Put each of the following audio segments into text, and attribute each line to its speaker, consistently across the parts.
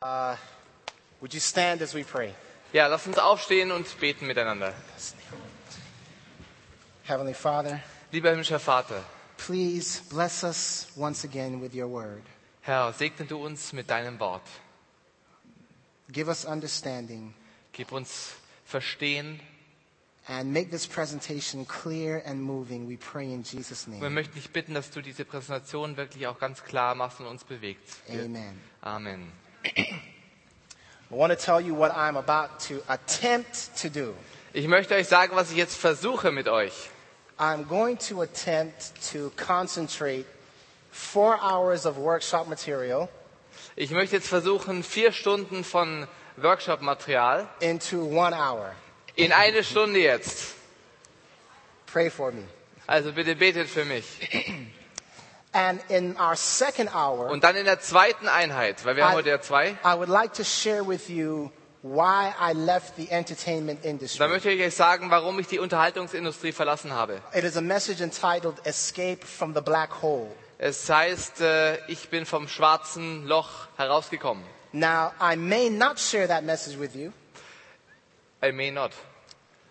Speaker 1: Uh, would you stand as we pray?
Speaker 2: Ja, lass uns aufstehen und beten miteinander.
Speaker 1: Heavenly Father,
Speaker 2: Lieber himmlischer Vater,
Speaker 1: please bless us once again with your word.
Speaker 2: Herr, segne du uns mit deinem Wort.
Speaker 1: Give us understanding
Speaker 2: Gib uns Verstehen.
Speaker 1: and make this presentation clear and moving. We pray in Jesus'
Speaker 2: Und wir
Speaker 1: name.
Speaker 2: möchten dich bitten, dass du diese Präsentation wirklich auch ganz klar machst und uns bewegt.
Speaker 1: Amen.
Speaker 2: Amen.
Speaker 1: I want to tell you what I'm about to attempt to do.
Speaker 2: Ich möchte euch sagen, was ich jetzt versuche mit euch.
Speaker 1: I'm going to attempt to concentrate four hours of workshop material
Speaker 2: Ich möchte jetzt versuchen, vier Stunden von Workshop-Material
Speaker 1: into one hour.
Speaker 2: in eine Stunde jetzt.
Speaker 1: Pray for me.
Speaker 2: Also bitte betet für mich.
Speaker 1: And in our second hour,
Speaker 2: Und dann in der zweiten Einheit, weil wir haben heute ja zwei.
Speaker 1: I would like to share with you why I left the entertainment
Speaker 2: Da
Speaker 1: industry.
Speaker 2: möchte ich euch sagen, warum ich die Unterhaltungsindustrie verlassen habe.
Speaker 1: It is a message entitled Escape from the Black Hole.
Speaker 2: Es heißt, äh, ich bin vom schwarzen Loch herausgekommen.
Speaker 1: Now, I may not share that message with you.
Speaker 2: I may not.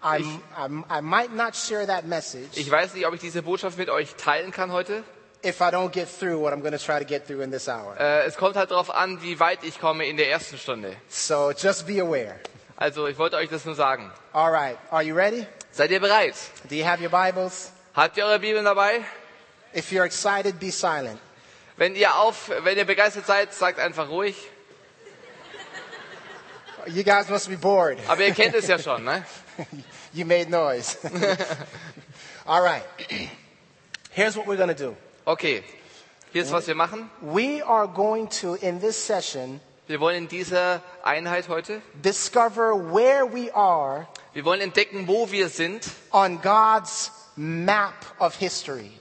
Speaker 1: I'm, I'm, I might not share that
Speaker 2: Ich
Speaker 1: message
Speaker 2: weiß nicht, ob ich diese Botschaft mit euch teilen kann heute.
Speaker 1: if I don't get through what I'm going to try to get through in this hour.
Speaker 2: Äh, es kommt halt darauf an, wie weit ich komme in der ersten Stunde.
Speaker 1: So just be aware.
Speaker 2: Also, ich wollte euch das nur sagen.
Speaker 1: All right, are you ready?
Speaker 2: Seid ihr bereit?
Speaker 1: Do you have your Bibles?
Speaker 2: Habt ihr eure Bibeln dabei?
Speaker 1: If you're excited, be silent.
Speaker 2: Wenn ihr auf, wenn ihr begeistert seid, sagt einfach ruhig.
Speaker 1: You guys must be bored.
Speaker 2: Aber ihr kennt es ja schon, ne?
Speaker 1: You made noise. All right. Here's what we're going to do.
Speaker 2: Okay. Hier ist, was wir machen.
Speaker 1: We are going to, in this session,
Speaker 2: Wir wollen in dieser Einheit heute,
Speaker 1: discover where we are
Speaker 2: wir wollen entdecken, wo wir sind
Speaker 1: on God's map of history.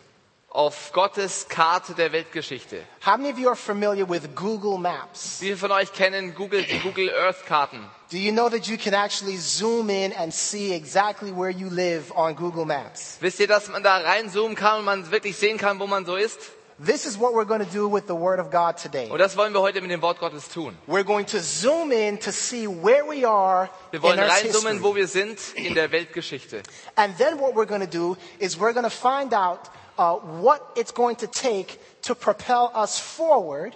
Speaker 2: auf Gottes Karte der Weltgeschichte.
Speaker 1: How many of you are familiar with Google Maps?
Speaker 2: Wie viele von euch kennen Google, die Google Earth Karten?
Speaker 1: Do you know that you can actually zoom in and see exactly where you live on Google Maps?
Speaker 2: Wisst ihr, dass man da reinzoomen kann und man wirklich sehen kann, wo man so ist?
Speaker 1: This is what we're going to do with the Word of God today.
Speaker 2: Und das wollen wir heute mit dem Wort Gottes tun.
Speaker 1: We're going to zoom in to see where we are
Speaker 2: Wir
Speaker 1: in
Speaker 2: wollen
Speaker 1: Earth's
Speaker 2: reinzoomen, wo
Speaker 1: history.
Speaker 2: wir sind in der Weltgeschichte.
Speaker 1: And then what we're going to do is we're going to find out uh, what it's going to take to propel us forward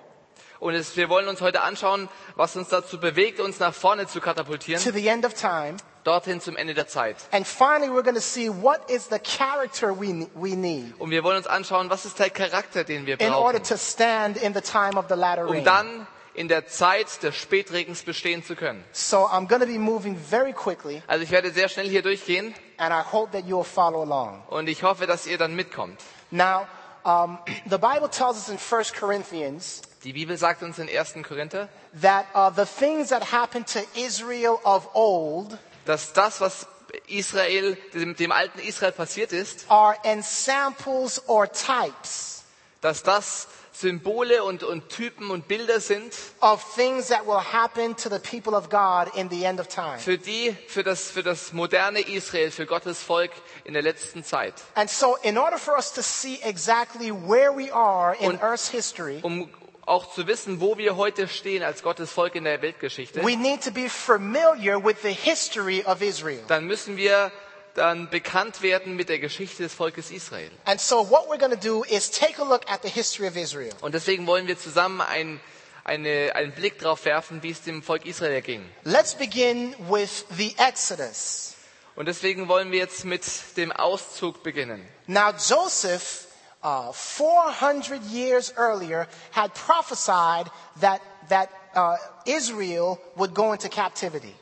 Speaker 2: Und es, wir wollen uns heute anschauen, was uns dazu bewegt, uns nach vorne zu
Speaker 1: to
Speaker 2: katapultieren,
Speaker 1: the end of time.
Speaker 2: dorthin zum Ende der Zeit.
Speaker 1: And finally, we're going to see what is the character we, we need
Speaker 2: Und wir wollen uns anschauen, was ist der Charakter, den wir
Speaker 1: in order
Speaker 2: brauchen,
Speaker 1: to stand in the time of the latter
Speaker 2: um
Speaker 1: rain.
Speaker 2: dann in der Zeit des Spätregens bestehen zu können.
Speaker 1: So I'm going to be moving very quickly,
Speaker 2: Also ich werde sehr schnell hier durchgehen
Speaker 1: and I hope that you'll follow along.
Speaker 2: und ich hoffe, dass ihr dann mitkommt.
Speaker 1: Now, um, the Bible tells us in 1 Corinthians
Speaker 2: Die Bibel sagt uns in 1. Korinther,
Speaker 1: that uh, the things that happened to Israel of old
Speaker 2: dass das, was Israel, dem, dem alten Israel passiert ist,
Speaker 1: are ensamples or types
Speaker 2: dass das Symbole und, und Typen und Bilder sind
Speaker 1: of things that will happen to the people of God in the end of time.
Speaker 2: für die, für das, für das moderne Israel, für Gottes Volk in der letzten Zeit.
Speaker 1: And so, in order for us to see exactly where we are in
Speaker 2: Und-
Speaker 1: Earth's history,
Speaker 2: Um auch zu wissen, wo wir heute stehen als Gottes Volk in der Weltgeschichte,
Speaker 1: we need to be familiar with the history of Israel.
Speaker 2: dann müssen wir dann bekannt werden mit der Geschichte des Volkes Israel.
Speaker 1: And so, what we're going to do is take a look at the history of Israel.
Speaker 2: Und deswegen wollen wir zusammen ein, eine, einen Blick darauf werfen, wie es dem Volk Israel erging.
Speaker 1: Let's begin with the Exodus.
Speaker 2: Und deswegen wollen wir jetzt mit dem Auszug beginnen.
Speaker 1: Now, Joseph, uh, 400 years earlier, had prophesied that, that uh, Israel would go into captivity.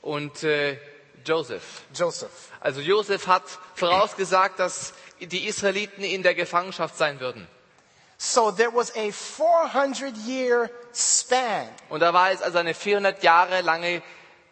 Speaker 2: Und äh, Joseph.
Speaker 1: Joseph.
Speaker 2: Also Joseph hat vorausgesagt, dass die Israeliten in der Gefangenschaft sein würden.
Speaker 1: So there was a 400 year span.
Speaker 2: Und da war es also eine 400 Jahre lange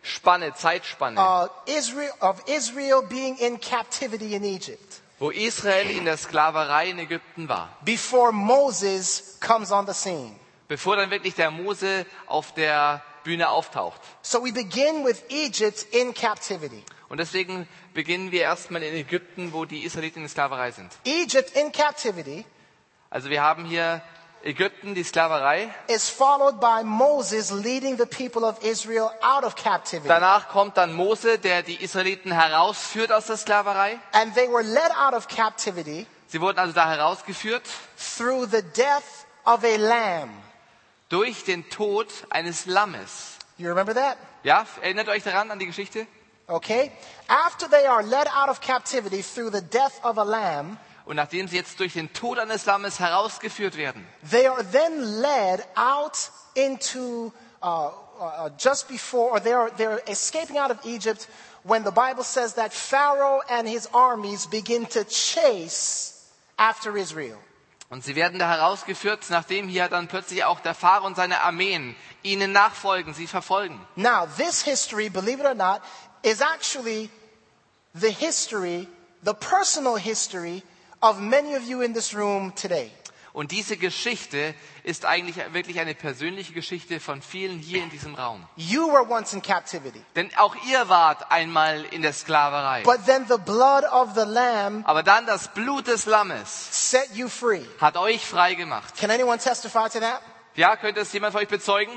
Speaker 2: Spanne, Zeitspanne,
Speaker 1: Uh, Israel, of Israel being in captivity in Egypt
Speaker 2: wo Israel in der Sklaverei in Ägypten war,
Speaker 1: before Moses comes on the scene.
Speaker 2: bevor dann wirklich der Mose auf der Bühne auftaucht.
Speaker 1: So we begin with Egypt in captivity.
Speaker 2: Und deswegen beginnen wir erstmal in Ägypten, wo die Israeliten in der Sklaverei sind.
Speaker 1: Egypt in captivity
Speaker 2: Also wir haben hier Ägypten, die Sklaverei.
Speaker 1: is followed by Moses leading the people of Israel out of captivity.
Speaker 2: Danach kommt dann Mose, der die Israeliten herausführt aus der Sklaverei.
Speaker 1: And they were led out of captivity
Speaker 2: Sie wurden also da herausgeführt
Speaker 1: through the death of a lamb.
Speaker 2: durch den Tod eines Lammes.
Speaker 1: You remember that?
Speaker 2: Ja, erinnert euch daran an die Geschichte?
Speaker 1: Okay? After they are led out of captivity through the death of a lamb,
Speaker 2: Und nachdem sie jetzt durch den Tod eines Lammes herausgeführt werden,
Speaker 1: they are then led out into uh, uh, just before, or they are, they're escaping out of Egypt when the Bible says that Pharaoh and his armies begin to chase after Israel.
Speaker 2: Und sie werden da herausgeführt, nachdem hier dann plötzlich auch der Pharao und seine Armeen ihnen nachfolgen, sie verfolgen.
Speaker 1: Now, this history, believe it or not, is actually the history, the personal history of many of you in this room today.
Speaker 2: Und diese Geschichte ist eigentlich wirklich eine persönliche Geschichte von vielen hier in diesem Raum.
Speaker 1: You were once in captivity,
Speaker 2: Denn auch ihr wart einmal in der Sklaverei.
Speaker 1: but then the blood of the Lamb
Speaker 2: Aber dann das Blut des Lammes
Speaker 1: set you free.
Speaker 2: hat euch frei gemacht.
Speaker 1: Can anyone testify to that?
Speaker 2: Ja, könnte es jemand von euch bezeugen?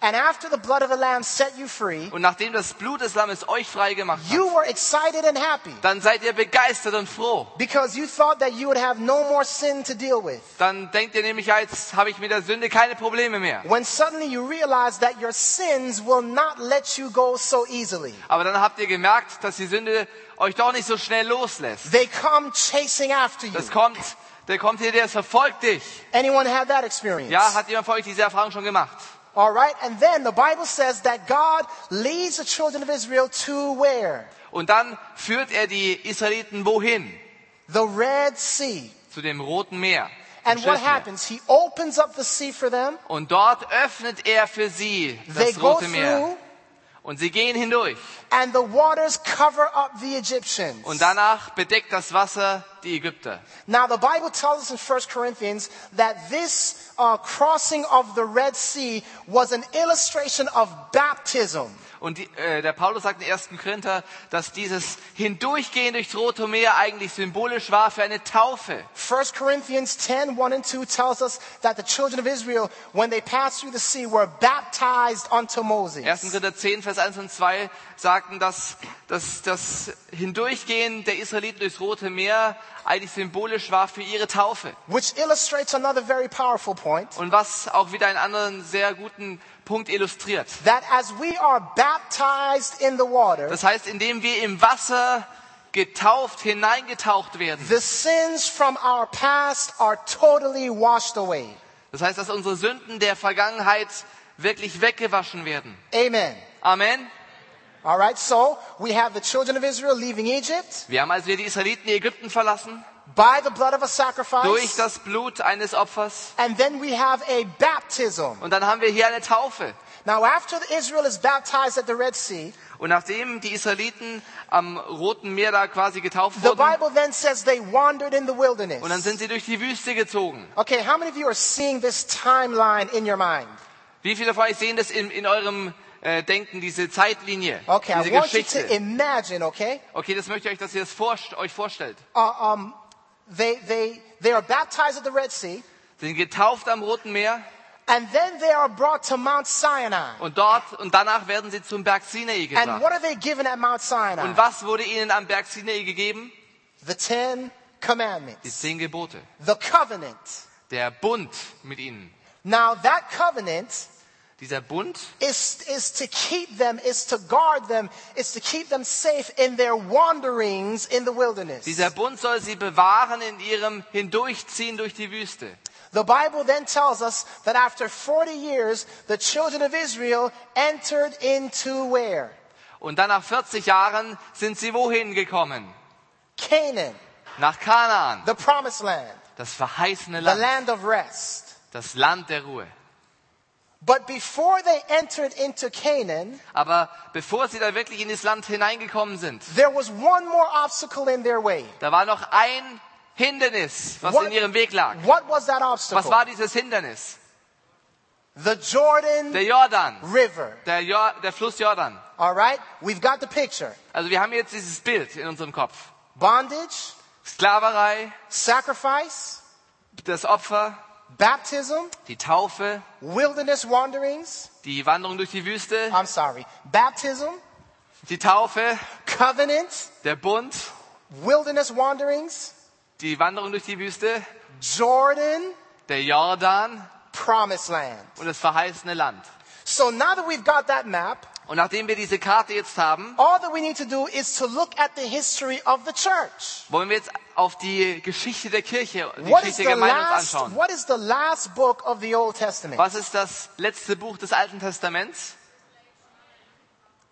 Speaker 1: And after the blood of the Lamb set you free,
Speaker 2: Und nachdem das Blut des Lammes euch frei gemacht hat,
Speaker 1: you were excited and happy
Speaker 2: dann seid ihr begeistert und froh.
Speaker 1: because you thought that you would have no more sin to deal with.
Speaker 2: Dann denkt ihr nämlich, ja, jetzt habe ich mit der Sünde keine Probleme mehr.
Speaker 1: When suddenly you realize that your sins will not let you go so easily.
Speaker 2: Aber dann habt ihr gemerkt, dass die Sünde euch doch nicht so schnell loslässt.
Speaker 1: They come chasing after you.
Speaker 2: Das kommt, der kommt hier, der verfolgt dich.
Speaker 1: Anyone had that experience?
Speaker 2: Ja, hat jemand von euch diese Erfahrung schon gemacht?
Speaker 1: All right. And then the Bible says that God leads the children of Israel to where?
Speaker 2: Und dann führt er die Israeliten wohin?
Speaker 1: The Red Sea.
Speaker 2: Zu dem Roten Meer. zum
Speaker 1: And what
Speaker 2: Schiffmeer.
Speaker 1: happens? He opens up the sea for them.
Speaker 2: Und dort öffnet er für sie
Speaker 1: they
Speaker 2: das
Speaker 1: go
Speaker 2: Rote
Speaker 1: through
Speaker 2: Meer. Und sie gehen hindurch.
Speaker 1: and the waters cover up the Egyptians.
Speaker 2: Und danach bedeckt das Wasser die Ägypter.
Speaker 1: now the Bible tells us in 1 Corinthians that this uh, crossing of the Red Sea was an illustration of baptism.
Speaker 2: Und die, äh, der Paulus sagt in 1. Korinther, dass dieses Hindurchgehen durchs Rote Meer eigentlich symbolisch war für eine Taufe.
Speaker 1: 1 Corinthians 10, 1 and 2 tells us that the children of Israel, when they passed through the sea, were baptized unto Moses.
Speaker 2: 1. Korinther 10, Vers 1 und 2 sagten, dass, dass das Hindurchgehen der Israeliten durchs Rote Meer eigentlich symbolisch war für ihre Taufe.
Speaker 1: Which illustrates another very powerful point
Speaker 2: Und was auch wieder einen anderen sehr guten Punkt illustriert.
Speaker 1: that as we are baptized in the water,
Speaker 2: Das heißt, indem wir im Wasser getauft, hineingetaucht werden.
Speaker 1: the sins from our past are totally washed away.
Speaker 2: Das heißt, dass unsere Sünden der Vergangenheit wirklich weggewaschen werden.
Speaker 1: Amen.
Speaker 2: Amen.
Speaker 1: All right, so we have the children of Israel leaving Egypt
Speaker 2: Wir haben also die Israeliten Ägypten verlassen
Speaker 1: by the blood of a
Speaker 2: durch
Speaker 1: sacrifice,
Speaker 2: das Blut eines Opfers.
Speaker 1: and then we have a baptism.
Speaker 2: Und dann haben wir hier eine Taufe.
Speaker 1: Now, after Israel is baptized at the Red Sea,
Speaker 2: Und nachdem die Israeliten am Roten Meer da quasi getauft
Speaker 1: the
Speaker 2: wurden,
Speaker 1: Bible then says they wandered in the wilderness.
Speaker 2: und dann sind sie durch die Wüste gezogen.
Speaker 1: Okay, how many of you are seeing this timeline in your mind?
Speaker 2: Wie viele von euch sehen das in, in eurem äh, Denken, diese Zeitlinie,
Speaker 1: Okay, I
Speaker 2: diese
Speaker 1: want you to
Speaker 2: Geschichte?
Speaker 1: imagine, okay?
Speaker 2: Okay, das möchte ich euch, dass ihr das vor, euch vorstellt.
Speaker 1: Uh, um, they, they, they are baptized at the Red Sea,
Speaker 2: Sind getauft am Roten Meer
Speaker 1: and then they are brought to Mount Sinai.
Speaker 2: und dort und danach werden sie zum Berg Sinai
Speaker 1: And what
Speaker 2: gebracht.
Speaker 1: are they given at Mount Sinai?
Speaker 2: Und was wurde ihnen am Berg Sinai gegeben?
Speaker 1: The Ten
Speaker 2: Die
Speaker 1: Commandments,
Speaker 2: zehn Gebote,
Speaker 1: the covenant.
Speaker 2: der Bund mit ihnen.
Speaker 1: Now, that covenant
Speaker 2: Dieser Bund
Speaker 1: is, is to keep them, is to guard them, is to keep them safe in their wanderings in the wilderness.
Speaker 2: Dieser Bund soll sie bewahren in ihrem Hindurchziehen durch die Wüste.
Speaker 1: The Bible then tells us that after 40 years, the children of Israel entered into where?
Speaker 2: Und dann nach 40 Jahren sind sie wohin gekommen?
Speaker 1: Canaan,
Speaker 2: Nach Kanaan,
Speaker 1: the promised land,
Speaker 2: das verheißene
Speaker 1: the
Speaker 2: Land,
Speaker 1: land of rest.
Speaker 2: das Land der Ruhe.
Speaker 1: But before they entered into Canaan,
Speaker 2: Aber bevor sie da wirklich in das Land hineingekommen sind,
Speaker 1: there was one more obstacle in their way.
Speaker 2: da war noch ein Hindernis, was in ihrem Weg lag.
Speaker 1: what was that
Speaker 2: Was
Speaker 1: obstacle?
Speaker 2: war dieses Hindernis?
Speaker 1: The Jordan
Speaker 2: Der Jordan,
Speaker 1: River.
Speaker 2: der, jo der Fluss Jordan.
Speaker 1: All right? We've got the picture.
Speaker 2: Also wir haben jetzt dieses Bild in unserem Kopf.
Speaker 1: Bondage,
Speaker 2: Sklaverei,
Speaker 1: sacrifice,
Speaker 2: das Opfer
Speaker 1: baptism,
Speaker 2: die Taufe,
Speaker 1: wilderness wanderings,
Speaker 2: die Wanderung durch die Wüste,
Speaker 1: I'm sorry, baptism,
Speaker 2: die Taufe,
Speaker 1: covenant,
Speaker 2: der Bund,
Speaker 1: wilderness wanderings,
Speaker 2: die Wanderung durch die Wüste,
Speaker 1: Jordan,
Speaker 2: der Jordan
Speaker 1: promised land.
Speaker 2: und das verheißene Land.
Speaker 1: So now that we've got that map,
Speaker 2: Und nachdem wir diese Karte jetzt haben,
Speaker 1: all that we need to do is to look at the history of the church.
Speaker 2: wollen wir jetzt auf die Geschichte der Kirche, die
Speaker 1: What is
Speaker 2: Geschichte
Speaker 1: the
Speaker 2: der Gemeinde uns
Speaker 1: last,
Speaker 2: anschauen.
Speaker 1: what is the last book of the Old Testament?
Speaker 2: Was ist das letzte Buch des Alten Testaments?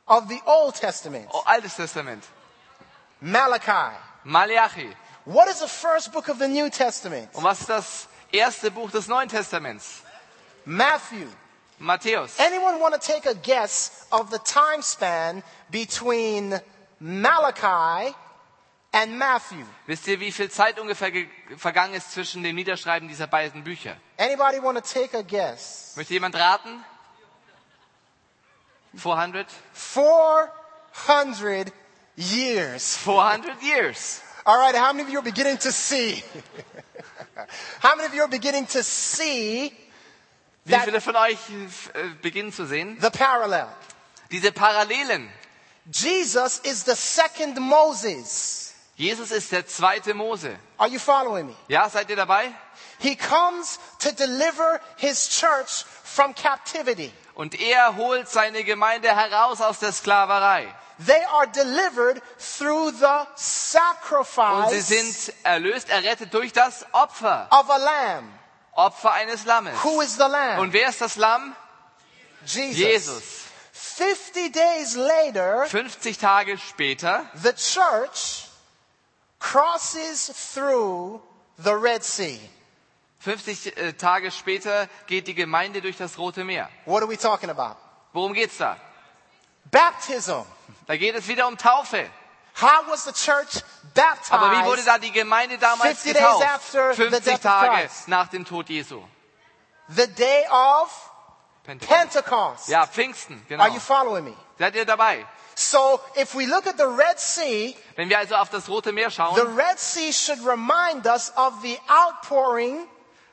Speaker 1: Of the Old Testament.
Speaker 2: Oh, Altes Testament.
Speaker 1: Malachi.
Speaker 2: Malachi.
Speaker 1: What is the first book of the New Testament?
Speaker 2: Und was ist das erste Buch des Neuen Testaments?
Speaker 1: Matthew.
Speaker 2: Matthäus.
Speaker 1: Anyone want to take a guess of the time span between Malachi and Matthew?
Speaker 2: Wisst ihr, wie viel Zeit ungefähr ge- vergangen ist zwischen dem Niederschreiben dieser beiden Bücher?
Speaker 1: Anybody want to take a guess?
Speaker 2: Möchte jemand raten? 400?
Speaker 1: 400 years.
Speaker 2: 400 years.
Speaker 1: All right, how many of you are beginning to see? how many of you are beginning to see
Speaker 2: Wie viele von euch äh, beginnen zu sehen?
Speaker 1: the parallel?
Speaker 2: Diese Parallelen.
Speaker 1: Jesus is the second Moses.
Speaker 2: Jesus ist der zweite Mose.
Speaker 1: Are you following me?
Speaker 2: Ja, seid ihr dabei?
Speaker 1: He comes to deliver his church from captivity.
Speaker 2: Und er holt seine Gemeinde heraus aus der Sklaverei.
Speaker 1: They are delivered through the
Speaker 2: Und sie
Speaker 1: sacrifice
Speaker 2: sind erlöst, errettet durch das Opfer.
Speaker 1: of a lamb.
Speaker 2: Opfer eines Lammes.
Speaker 1: Who is the lamb?
Speaker 2: Und wer ist das Lamm?
Speaker 1: Jesus.
Speaker 2: Jesus.
Speaker 1: 50 days later,
Speaker 2: 50 Tage später
Speaker 1: the church crosses through the Red Sea.
Speaker 2: 50 äh, Tage später geht die Gemeinde durch das Rote Meer.
Speaker 1: What are we talking about?
Speaker 2: Worum geht's da?
Speaker 1: Baptism.
Speaker 2: Da geht es wieder um Taufe.
Speaker 1: How was the church
Speaker 2: Aber wie wurde
Speaker 1: baptized?
Speaker 2: da die Gemeinde damals
Speaker 1: 50 days
Speaker 2: getauft?
Speaker 1: after the
Speaker 2: 50
Speaker 1: death of
Speaker 2: Tage
Speaker 1: Christ.
Speaker 2: nach dem Tod Jesu.
Speaker 1: The day of
Speaker 2: Pentekost.
Speaker 1: Pentecost.
Speaker 2: Ja, Pfingsten,
Speaker 1: Are
Speaker 2: genau.
Speaker 1: you following me?
Speaker 2: Seid ihr dabei?
Speaker 1: So if we look at the Red Sea,
Speaker 2: Wenn wir also auf das Rote Meer
Speaker 1: the
Speaker 2: schauen,
Speaker 1: Red Sea should remind us of the outpouring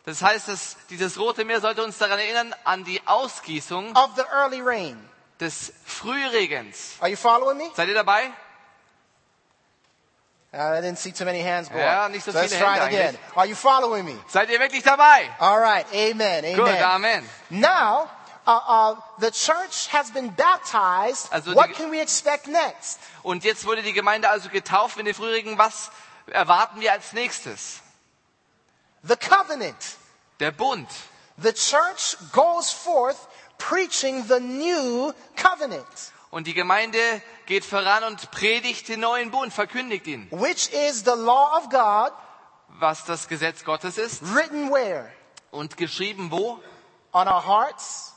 Speaker 2: das heißt, dass dieses Rote Meer sollte uns daran erinnern, an die Ausgießung
Speaker 1: of the early rain.
Speaker 2: des Frühregens.
Speaker 1: Are you following me? Uh,
Speaker 2: Seid ihr dabei?
Speaker 1: I didn't see too many hands go
Speaker 2: Ja,
Speaker 1: up.
Speaker 2: nicht so
Speaker 1: Let's
Speaker 2: viele
Speaker 1: try it
Speaker 2: Hände
Speaker 1: again. Are you following me?
Speaker 2: Seid ihr wirklich dabei?
Speaker 1: All right. Amen. Amen.
Speaker 2: Gut, Amen.
Speaker 1: Now, uh, uh, the church has been baptized.
Speaker 2: Also
Speaker 1: what
Speaker 2: die-
Speaker 1: can we expect next?
Speaker 2: Und jetzt wurde die Gemeinde also getauft in den Frühregen. Was erwarten wir als nächstes?
Speaker 1: The covenant.
Speaker 2: Der Bund.
Speaker 1: The church goes forth preaching the new covenant,
Speaker 2: Und die Gemeinde geht voran und predigt den neuen Bund, verkündigt ihn.
Speaker 1: which is the law of God
Speaker 2: Was das Gesetz Gottes ist
Speaker 1: written where?
Speaker 2: und geschrieben wo?
Speaker 1: On our hearts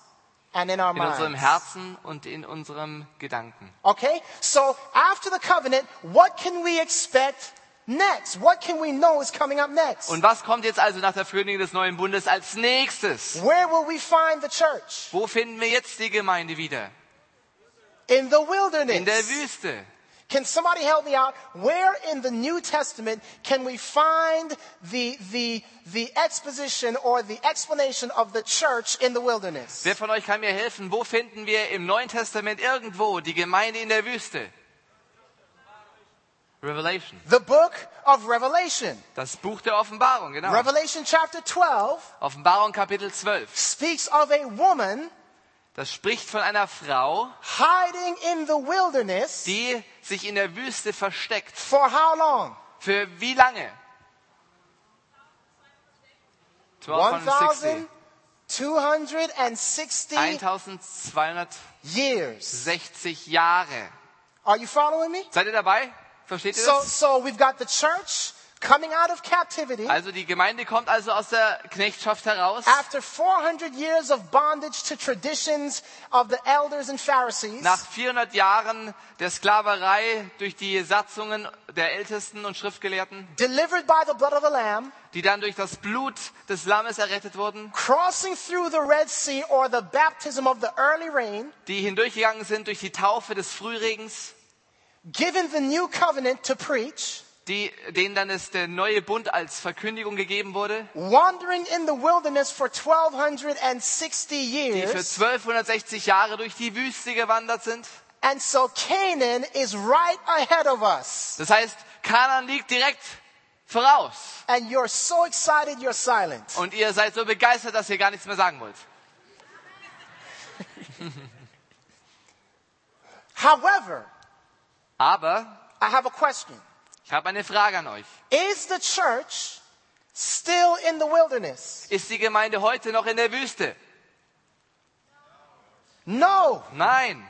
Speaker 1: and in our
Speaker 2: In unserem
Speaker 1: minds.
Speaker 2: Herzen und in unserem Gedanken.
Speaker 1: Okay? So after the covenant, what can we expect next? What can we know is coming up next?
Speaker 2: Und was kommt jetzt also nach der Verkündigung des neuen Bundes als nächstes?
Speaker 1: Where will we find the church?
Speaker 2: Wo finden wir jetzt die Gemeinde wieder?
Speaker 1: In the wilderness.
Speaker 2: In der Wüste.
Speaker 1: Can somebody help me out? Where in the New Testament can we find the, the, the exposition or the explanation of the church in the wilderness?
Speaker 2: Wer von euch kann mir helfen? Wo finden wir im Neuen Testament irgendwo die Gemeinde in der Wüste? Revelation.
Speaker 1: The book of Revelation.
Speaker 2: Das Buch der Offenbarung, genau.
Speaker 1: Revelation chapter 12
Speaker 2: Offenbarung Kapitel 12.
Speaker 1: speaks of a woman
Speaker 2: Das spricht von einer Frau,
Speaker 1: hiding in the wilderness
Speaker 2: die sich in der Wüste versteckt.
Speaker 1: for how long?
Speaker 2: Für wie lange? 1260.
Speaker 1: 1,260
Speaker 2: 1260
Speaker 1: years.
Speaker 2: Jahre.
Speaker 1: Are you following me?
Speaker 2: Seid ihr dabei? Versteht ihr
Speaker 1: So,
Speaker 2: das?
Speaker 1: so we've got the church coming out of captivity.
Speaker 2: Also die Gemeinde kommt also aus der Knechtschaft heraus.
Speaker 1: After 400 years of bondage to traditions of the elders and Pharisees,
Speaker 2: Nach 400 Jahren der Sklaverei durch die Satzungen der Ältesten und Schriftgelehrten,
Speaker 1: delivered by the blood of the Lamb,
Speaker 2: die dann durch das Blut des Lammes errettet wurden,
Speaker 1: crossing through the Red Sea or the baptism of the early rain,
Speaker 2: die hindurchgegangen sind durch die Taufe des Frühregens,
Speaker 1: given the new covenant to preach,
Speaker 2: die, denen dann es der neue Bund als Verkündigung gegeben wurde,
Speaker 1: wandering in the wilderness for 1260
Speaker 2: die für
Speaker 1: years.
Speaker 2: 1260 Jahre durch die Wüste gewandert sind.
Speaker 1: And so Canaan is right ahead of us.
Speaker 2: Das heißt, Kanan liegt direkt voraus.
Speaker 1: And you're so excited you're silent.
Speaker 2: Und ihr seid so begeistert, dass ihr gar nichts mehr sagen wollt.
Speaker 1: However,
Speaker 2: Aber
Speaker 1: I have a question.
Speaker 2: ich habe eine Frage an euch.
Speaker 1: Is the church still in the wilderness?
Speaker 2: Ist die Gemeinde heute noch in der Wüste?
Speaker 1: No.
Speaker 2: Nein.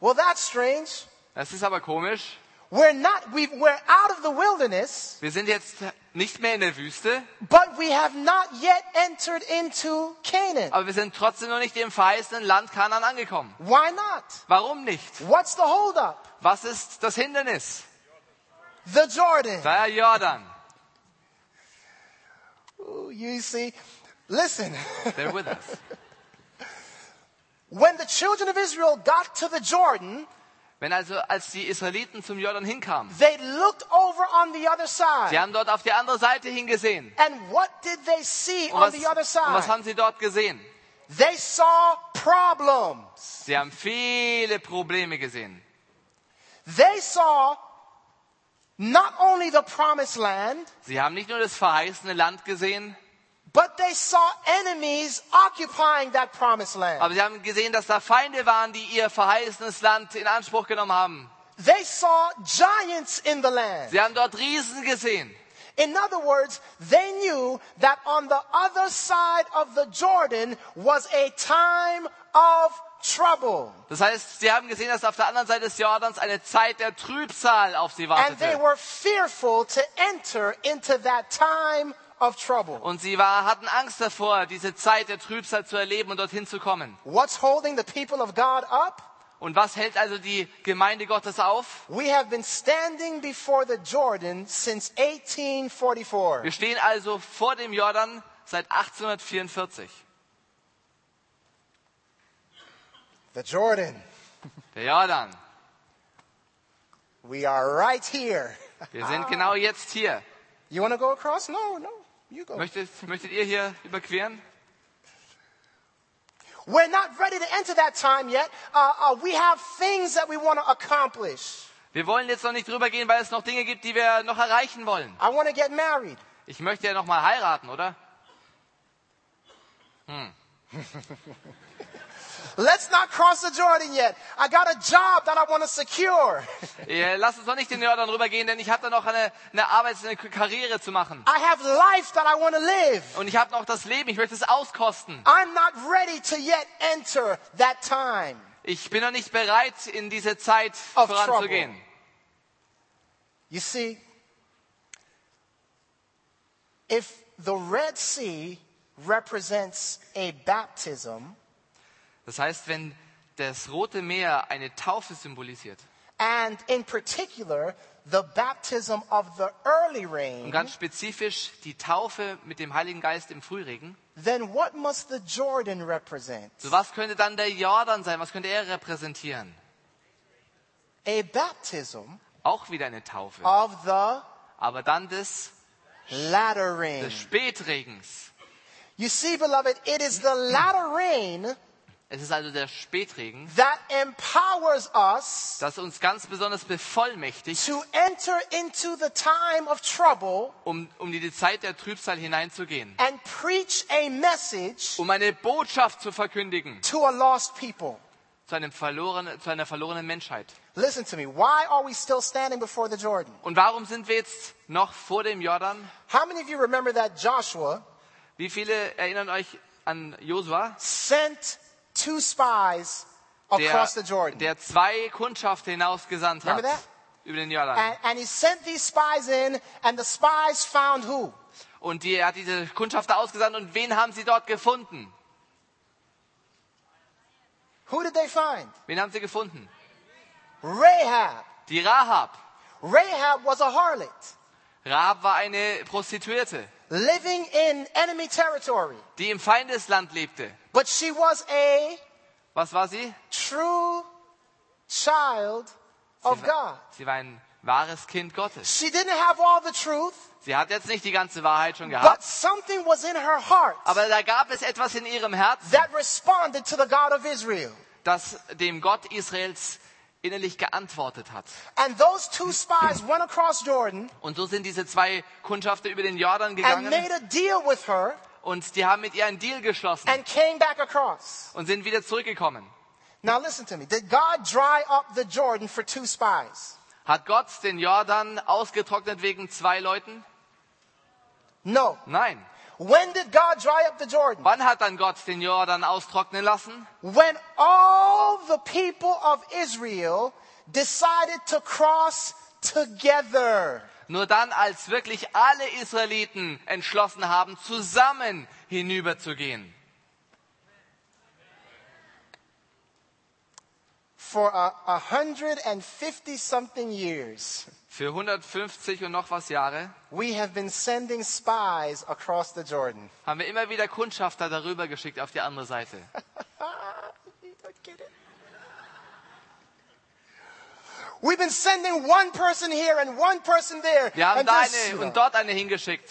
Speaker 1: Well, that's strange.
Speaker 2: Das ist aber komisch.
Speaker 1: We're not, we've, we're out of the wilderness,
Speaker 2: Wir sind jetzt nicht mehr in der Wüste,
Speaker 1: but we have not yet entered into Canaan.
Speaker 2: aber wir sind trotzdem noch nicht im verheißenen Land Kanan angekommen.
Speaker 1: Why not?
Speaker 2: Warum nicht?
Speaker 1: What's the holdup?
Speaker 2: Was ist das Hindernis?
Speaker 1: The Jordan.
Speaker 2: Der Jordan.
Speaker 1: Ooh, you see, listen,
Speaker 2: They're with us.
Speaker 1: when the children of Israel got to the Jordan,
Speaker 2: Wenn also, als die Israeliten zum Jordan hinkamen,
Speaker 1: they looked over on the other side.
Speaker 2: sie haben dort auf die andere Seite hingesehen.
Speaker 1: And what did they see on
Speaker 2: Und was,
Speaker 1: the other
Speaker 2: und was
Speaker 1: side?
Speaker 2: haben sie dort gesehen?
Speaker 1: They saw problems.
Speaker 2: Sie haben viele Probleme gesehen.
Speaker 1: They saw not only the promised land,
Speaker 2: Sie haben nicht nur das verheißene Land gesehen,
Speaker 1: but they saw enemies occupying that promised land.
Speaker 2: aber sie haben gesehen, dass da Feinde waren, die ihr verheißenes Land in Anspruch genommen haben.
Speaker 1: They saw giants in the land.
Speaker 2: Sie haben dort Riesen gesehen.
Speaker 1: In other words, they knew that on the other side of the Jordan was a time of trouble.
Speaker 2: Das heißt, sie haben gesehen, dass auf der anderen Seite des Jordans eine Zeit der Trübsal auf sie
Speaker 1: And they
Speaker 2: wartete.
Speaker 1: were fearful to enter into that time of trouble.
Speaker 2: Und sie war, hatten Angst davor, diese Zeit der Trübsal zu erleben und dorthin zu kommen.
Speaker 1: What's holding the people of God up?
Speaker 2: Und was hält also die Gemeinde Gottes auf?
Speaker 1: We have been standing before the Jordan since 1844.
Speaker 2: Wir stehen also vor dem Jordan seit 1844.
Speaker 1: The Jordan.
Speaker 2: Der Jordan.
Speaker 1: We are right here.
Speaker 2: Wir sind genau jetzt hier.
Speaker 1: You want to go across? No, no. You go.
Speaker 2: Möchtet, möchtet ihr hier überqueren?
Speaker 1: We're not ready to enter that time yet. Uh, uh, we have things that we want to accomplish.
Speaker 2: Wir wollen jetzt noch nicht drüber gehen, weil es noch Dinge gibt, die wir noch erreichen wollen.
Speaker 1: I want to get married.
Speaker 2: Ich möchte ja noch mal heiraten, oder?
Speaker 1: Let's not cross the Jordan yet. I got a job that I want to secure.
Speaker 2: Äh, Lass uns doch nicht den Jordan rübergehen, denn ich habe da noch eine, eine Arbeits-, eine Karriere zu machen.
Speaker 1: I have life that I want to live.
Speaker 2: Und ich habe noch das Leben, ich möchte es auskosten.
Speaker 1: I'm not ready to yet enter that time.
Speaker 2: Ich bin noch nicht bereit, in diese Zeit voranzugehen.
Speaker 1: You see, if the Red Sea represents a baptism
Speaker 2: Das heißt, wenn das Rote Meer eine Taufe symbolisiert,
Speaker 1: and in particular the baptism of the early
Speaker 2: und
Speaker 1: rain,
Speaker 2: ganz spezifisch die Taufe mit dem Heiligen Geist im Frühregen,
Speaker 1: then what must the Jordan represent?
Speaker 2: so was könnte dann der Jordan sein? Was könnte er repräsentieren?
Speaker 1: A baptism
Speaker 2: Auch wieder eine Taufe.
Speaker 1: of the
Speaker 2: Aber dann des,
Speaker 1: latter rain.
Speaker 2: des Spätregens.
Speaker 1: You see, beloved, it is the latter rain
Speaker 2: Es ist also der Spätregen,
Speaker 1: that empowers us
Speaker 2: das uns ganz besonders bevollmächtigt,
Speaker 1: to enter into the time of trouble
Speaker 2: um, um die Zeit der Trübsal hineinzugehen,
Speaker 1: and preach a message
Speaker 2: um eine Botschaft zu verkündigen
Speaker 1: to a lost people.
Speaker 2: zu, einem verlorenen, zu einer verlorenen Menschheit.
Speaker 1: Listen to me. Why are we still standing before the Jordan?
Speaker 2: Und warum sind wir jetzt noch vor dem Jordan?
Speaker 1: How many of you remember that Joshua
Speaker 2: Wie viele erinnern euch an Josua,
Speaker 1: sent two spies
Speaker 2: der,
Speaker 1: across the Jordan?
Speaker 2: der zwei Kundschafter hinausgesandt hat
Speaker 1: Remember that?
Speaker 2: über den Jordan?
Speaker 1: And, and he sent these spies in, and the spies found who?
Speaker 2: Und die, er hat diese Kundschafter ausgesandt und wen haben sie dort gefunden?
Speaker 1: Who did they find?
Speaker 2: Wen haben sie gefunden?
Speaker 1: Rahab.
Speaker 2: Die Rahab.
Speaker 1: Rahab was a harlot
Speaker 2: Rahab war eine Prostituierte,
Speaker 1: living in enemy territory,
Speaker 2: die im Feindesland lebte.
Speaker 1: but she was a
Speaker 2: Was war sie?
Speaker 1: true child of God.
Speaker 2: Sie war ein wahres Kind Gottes.
Speaker 1: She didn't have all the truth,
Speaker 2: Sie hat jetzt nicht die ganze Wahrheit schon
Speaker 1: but
Speaker 2: gehabt,
Speaker 1: something was in her heart
Speaker 2: aber da gab es etwas in ihrem Herz,
Speaker 1: that responded to the God of Israel.
Speaker 2: das dem Gott Israels innerlich geantwortet hat.
Speaker 1: And those two spies went across Jordan
Speaker 2: Und so sind diese zwei Kundschafter über den Jordan
Speaker 1: and made
Speaker 2: gegangen
Speaker 1: a deal with her
Speaker 2: und die haben mit ihr einen Deal geschlossen
Speaker 1: and came back across.
Speaker 2: und sind wieder zurückgekommen.
Speaker 1: Now listen to me. Did God dry up the Jordan for two spies?
Speaker 2: Hat Gott den Jordan ausgetrocknet wegen zwei Leuten?
Speaker 1: No.
Speaker 2: Nein.
Speaker 1: When did God dry up the Jordan?
Speaker 2: Wann hat dann Gott den Jordan austrocknen lassen?
Speaker 1: When all the people of Israel decided to cross together.
Speaker 2: Nur dann, als wirklich alle Israeliten entschlossen haben, zusammen hinüberzugehen.
Speaker 1: For a a hundred and fifty something years,
Speaker 2: Für 150 und noch was Jahre
Speaker 1: we have been sending spies across the Jordan.
Speaker 2: haben wir immer wieder Kundschafter darüber geschickt auf die andere Seite.
Speaker 1: You don't get it. We've been sending one person here and one person there.
Speaker 2: Wir haben
Speaker 1: and
Speaker 2: da
Speaker 1: this-
Speaker 2: eine und dort eine hingeschickt.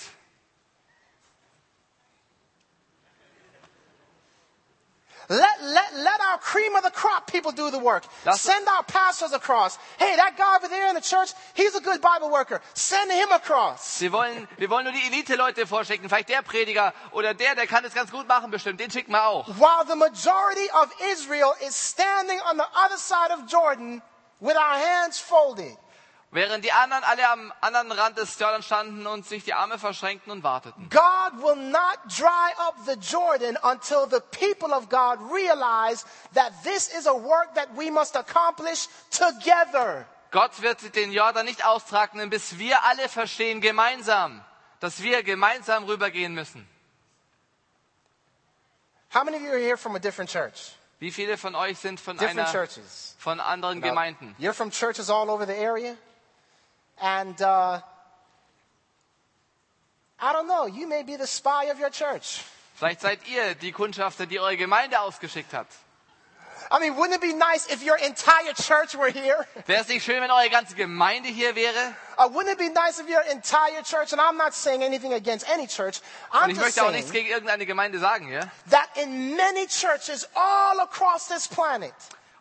Speaker 1: Let, let, let our cream of the crop people do the work.
Speaker 2: That's-
Speaker 1: Send our pastors across. Hey, that guy over there in the church, he's a good Bible worker. Send him across.
Speaker 2: Wir wollen, wir wollen nur die Elite-Leute vorschicken. Vielleicht der Prediger oder der, der kann das ganz gut machen bestimmt. Den schicken wir auch.
Speaker 1: While the majority of Israel is standing on the other side of Jordan with our hands folded,
Speaker 2: Während die anderen alle am anderen Rand des Jordan standen und sich die Arme verschränkten und warteten.
Speaker 1: God will not dry up the Jordan until the people of God realize that this is a work that we must accomplish together.
Speaker 2: Gott wird den Jordan nicht austragen, bis wir alle verstehen gemeinsam, dass wir gemeinsam rübergehen müssen.
Speaker 1: How many of you are here from a different church?
Speaker 2: Wie viele von euch sind von
Speaker 1: Different
Speaker 2: einer,
Speaker 1: churches. Genau.
Speaker 2: von anderen
Speaker 1: Now,
Speaker 2: Gemeinden?
Speaker 1: You're from churches all over the area, and uh, I don't know. You may be the spy of your church.
Speaker 2: Vielleicht seid ihr die Kundschafter, die eure Gemeinde ausgeschickt hat.
Speaker 1: I mean, wouldn't it be nice if your entire church were here?
Speaker 2: Wäre es nicht schön, wenn eure ganze Gemeinde hier wäre?
Speaker 1: Uh, wouldn't it be nice if your entire church? And I'm not saying anything against any church. I'm
Speaker 2: Und ich
Speaker 1: just
Speaker 2: möchte auch nichts
Speaker 1: saying
Speaker 2: gegen irgendeine Gemeinde sagen, ja?
Speaker 1: that in many churches all across this planet,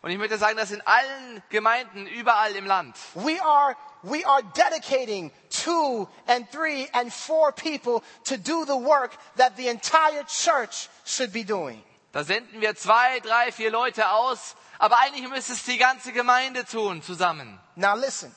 Speaker 2: Und ich möchte sagen, dass in allen Gemeinden, überall im Land,
Speaker 1: we are we are dedicating two and three and four people to do the work that the entire church should be doing.
Speaker 2: da senden wir zwei, drei, vier Leute aus, aber eigentlich müsste es die ganze Gemeinde tun, zusammen.
Speaker 1: Now listen,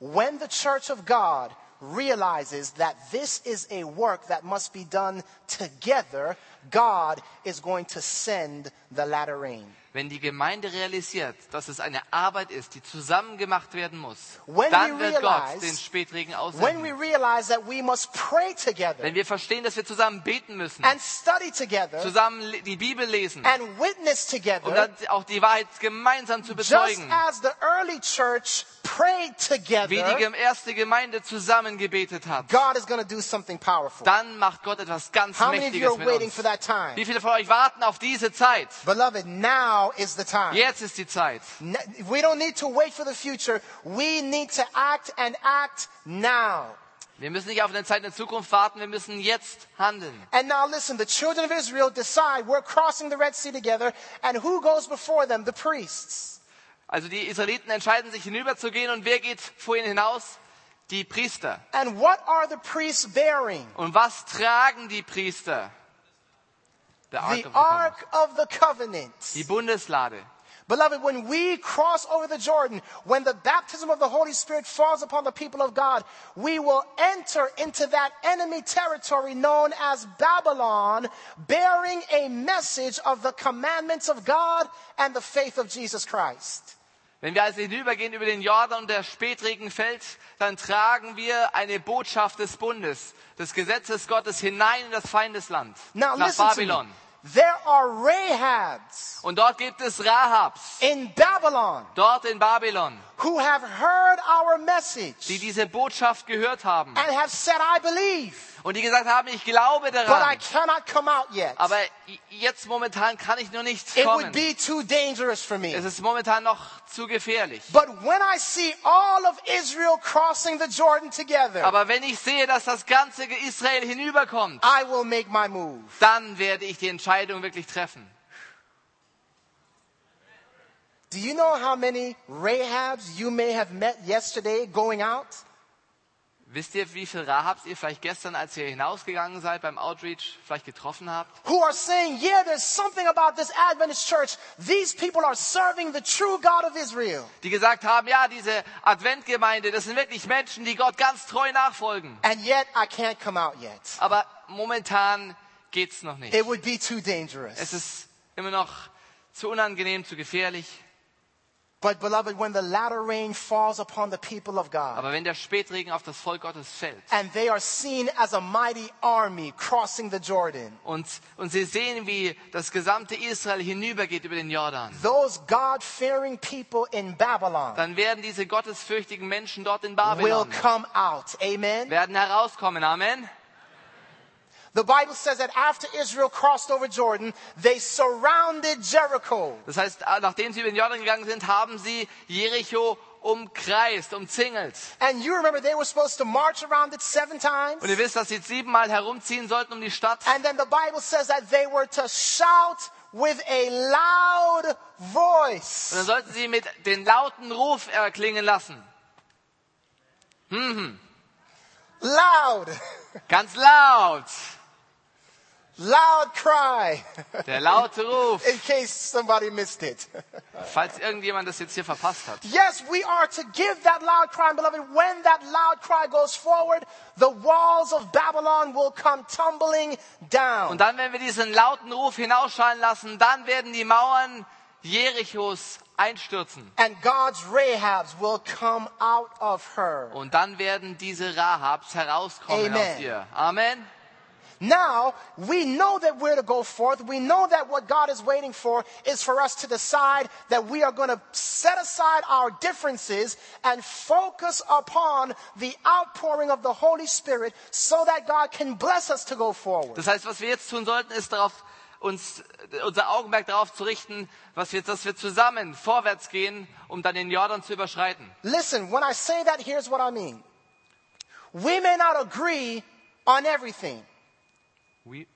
Speaker 1: when the church of God realizes that this is a work that must be done together, God is going to send the latter rain.
Speaker 2: Wenn die Gemeinde realisiert, dass es eine Arbeit ist, die zusammen gemacht werden muss,
Speaker 1: When
Speaker 2: dann
Speaker 1: we
Speaker 2: wird Gott
Speaker 1: realize-
Speaker 2: den Spätregen
Speaker 1: When we
Speaker 2: aussenden.
Speaker 1: realize that we must pray together
Speaker 2: Wenn wir verstehen, dass wir zusammen beten müssen,
Speaker 1: and study together
Speaker 2: zusammen le- die Bibel lesen,
Speaker 1: and witness
Speaker 2: um
Speaker 1: together,
Speaker 2: dann auch die Wahrheit gemeinsam zu
Speaker 1: just
Speaker 2: bezeugen,
Speaker 1: as the early church prayed
Speaker 2: wie die
Speaker 1: together,
Speaker 2: gem- erste Gemeinde zusammen gebetet hat,
Speaker 1: God is going to do something powerful.
Speaker 2: dann macht Gott etwas ganz
Speaker 1: How many of you
Speaker 2: Mächtiges
Speaker 1: are
Speaker 2: mit
Speaker 1: waiting
Speaker 2: uns.
Speaker 1: for that time?
Speaker 2: Wie viele von euch warten auf diese Zeit?
Speaker 1: Beloved, now is the time.
Speaker 2: Jetzt ist die Zeit.
Speaker 1: N- We don't need to wait for the future. We need to act and act now.
Speaker 2: Wir müssen nicht auf eine Zeit in der Zukunft warten, wir müssen jetzt handeln.
Speaker 1: And now listen, the children of Israel decide we're crossing the Red Sea together, and who goes before them? The priests.
Speaker 2: Also die Israeliten entscheiden sich hinüberzugehen und wer geht vor ihnen hinaus? Die Priester.
Speaker 1: And what are the priests bearing?
Speaker 2: Und was tragen die Priester? The Ark
Speaker 1: The
Speaker 2: of
Speaker 1: Ark of the
Speaker 2: the Covenant.
Speaker 1: Covenant.
Speaker 2: Die Bundeslade.
Speaker 1: Beloved, when we cross over the Jordan, when the baptism of the Holy Spirit falls upon the people of God, we will enter into that enemy territory known as Babylon, bearing a message of the commandments of God and the faith of Jesus Christ.
Speaker 2: Wenn wir also hinübergehen über den Jordan und der Spätregen fällt, dann tragen wir eine Botschaft des Bundes, des Gesetzes Gottes hinein in das Feindesland,
Speaker 1: Now
Speaker 2: nach
Speaker 1: listen to me.
Speaker 2: Babylon.
Speaker 1: There are Rahabs
Speaker 2: Und dort gibt es Rahabs,
Speaker 1: in Babylon
Speaker 2: dort in Babylon,
Speaker 1: who have heard our message
Speaker 2: die diese Botschaft gehört haben
Speaker 1: and have said, I believe,
Speaker 2: und die gesagt haben, ich glaube
Speaker 1: but I
Speaker 2: daran,
Speaker 1: cannot come out yet.
Speaker 2: aber i- jetzt momentan kann ich nur nicht
Speaker 1: It would
Speaker 2: kommen.
Speaker 1: be too dangerous for me.
Speaker 2: Es ist momentan noch zu gefährlich.
Speaker 1: But when I see all of Israel crossing the Jordan together,
Speaker 2: Aber wenn ich sehe, dass das ganze Israel hinüberkommt,
Speaker 1: I will make my move.
Speaker 2: dann werde ich die Entscheidung wirklich treffen.
Speaker 1: Do you know how many Rahabs you may have met yesterday going out?
Speaker 2: Wisst ihr, wie viel Rahabs ihr vielleicht gestern, als ihr hinausgegangen seid beim Outreach, vielleicht getroffen habt?
Speaker 1: Who are saying, yeah, there's something about this Adventist church. These people are serving the true God of Israel.
Speaker 2: Die gesagt haben, ja, diese Adventgemeinde, das sind wirklich Menschen, die Gott ganz treu nachfolgen.
Speaker 1: And yet I can't come out yet.
Speaker 2: Aber momentan geht's noch nicht.
Speaker 1: It would be too dangerous.
Speaker 2: Es ist immer noch zu unangenehm, zu gefährlich.
Speaker 1: But beloved, when the latter rain falls upon the people of God
Speaker 2: Aber wenn der Spätregen auf das Volk Gottes fällt
Speaker 1: and they are seen as a mighty army crossing the Jordan,
Speaker 2: und, und sie sehen, wie das gesamte Israel hinübergeht über den Jordan,
Speaker 1: those God-fearing people in Babylon
Speaker 2: dann werden diese gottesfürchtigen Menschen dort in
Speaker 1: will
Speaker 2: Babylon
Speaker 1: come out. Amen.
Speaker 2: werden herauskommen. Amen.
Speaker 1: The Bible says that after Israel crossed over Jordan, they surrounded Jericho.
Speaker 2: Das heißt, äh, nachdem sie über den Jordan gegangen sind, haben sie Jericho umkreist, umzingelt.
Speaker 1: And you remember they were supposed to march around it seven times.
Speaker 2: Und ihr wisst, dass sie jetzt siebenmal herumziehen sollten um die Stadt.
Speaker 1: And then the Bible says that they were to shout with a loud
Speaker 2: Und dann
Speaker 1: voice.
Speaker 2: sollten sie mit den lauten Ruf erklingen lassen.
Speaker 1: Loud,
Speaker 2: Ganz laut.
Speaker 1: loud cry.
Speaker 2: Der laute Ruf.
Speaker 1: In case somebody missed it.
Speaker 2: Falls irgendjemand das jetzt hier verpasst hat.
Speaker 1: Yes, we are to give that loud cry, and beloved. When that loud cry goes forward, the walls of Babylon will come tumbling down.
Speaker 2: Und dann, wenn wir diesen lauten Ruf hinausschallen lassen, dann werden die Mauern Jerichos einstürzen.
Speaker 1: And God's Rahabs will come out of her.
Speaker 2: Und dann werden diese Rahabs herauskommen
Speaker 1: Amen.
Speaker 2: aus ihr. Amen.
Speaker 1: Now, we know that we're to go forth. We know that what God is waiting for is for us to decide that we are going to set aside our differences and focus upon the outpouring of the Holy Spirit so that God can bless us to go forward.
Speaker 2: Das heißt, was wir jetzt tun sollten, ist darauf, uns, unser Augenmerk darauf zu richten, was wir, dass wir zusammen vorwärts gehen, um dann den Jordan zu überschreiten.
Speaker 1: Listen, when I say that, here's what I mean. We may not agree on everything. We,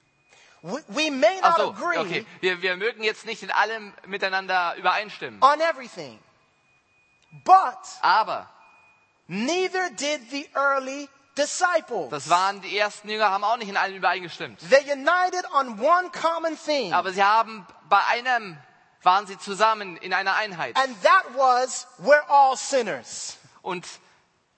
Speaker 1: we may not
Speaker 2: Also,
Speaker 1: agree
Speaker 2: okay, wir, wir mögen jetzt nicht in allem miteinander übereinstimmen.
Speaker 1: on everything. But
Speaker 2: Aber
Speaker 1: neither did the early disciples.
Speaker 2: das waren die ersten Jünger, haben auch nicht in allem übereingestimmt.
Speaker 1: They united on one common theme,
Speaker 2: Aber sie haben bei einem waren sie zusammen in einer Einheit
Speaker 1: and that was we're all sinners.
Speaker 2: und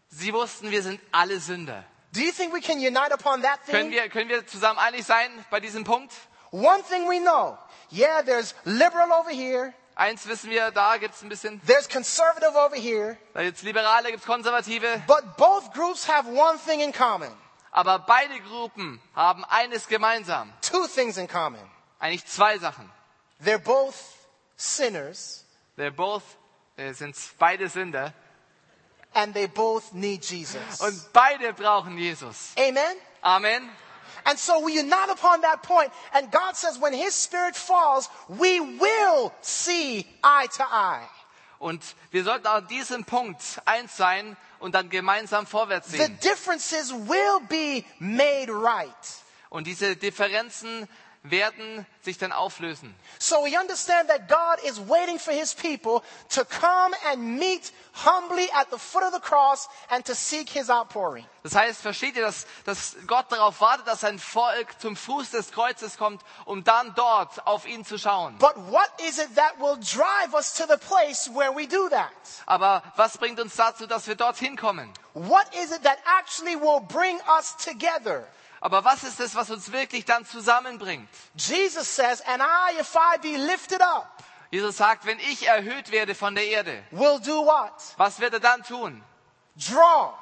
Speaker 2: sie wussten, wir sind alle Sünder.
Speaker 1: Do you think we can unite upon that
Speaker 2: Können
Speaker 1: theme?
Speaker 2: wir können wir zusammen einig sein bei diesem Punkt?
Speaker 1: One thing we know yeah, there's liberal over here,
Speaker 2: Eins wissen wir, da gibt's ein bisschen,
Speaker 1: there's conservative over here,
Speaker 2: da gibt's Liberale, gibt's Konservative,
Speaker 1: but both groups have one thing in common,
Speaker 2: aber beide Gruppen haben eines gemeinsam,
Speaker 1: two things in common.
Speaker 2: eigentlich zwei Sachen.
Speaker 1: They're both sinners,
Speaker 2: They're both äh, sind beide Sünder
Speaker 1: and they both need Jesus.
Speaker 2: und beide brauchen Jesus.
Speaker 1: Amen?
Speaker 2: Amen.
Speaker 1: And so we unite upon that point, and God says, when His Spirit falls, we will see eye to eye.
Speaker 2: Und wir sollten an diesem Punkt eins sein und dann gemeinsam vorwärts
Speaker 1: the
Speaker 2: gehen.
Speaker 1: differences will be made right.
Speaker 2: Und diese Differenzen werden sich dann auflösen.
Speaker 1: So we understand that God is waiting for his people to come and meet humbly at the foot of the cross and to seek his outpouring.
Speaker 2: Das heißt, versteht ihr, dass, dass Gott darauf wartet, dass sein Volk zum Fuß des Kreuzes kommt, um dann dort auf ihn zu schauen.
Speaker 1: But what is it that will drive us to the place where we do that?
Speaker 2: Aber was bringt uns dazu, dass wir dorthin kommen?
Speaker 1: What is it that actually will bring us together?
Speaker 2: Aber was ist es, was uns wirklich dann zusammenbringt?
Speaker 1: Jesus says, and I, if I be lifted up,
Speaker 2: Jesus sagt, wenn ich erhöht werde von der Erde,
Speaker 1: will do what?
Speaker 2: was wird er dann tun?
Speaker 1: Draw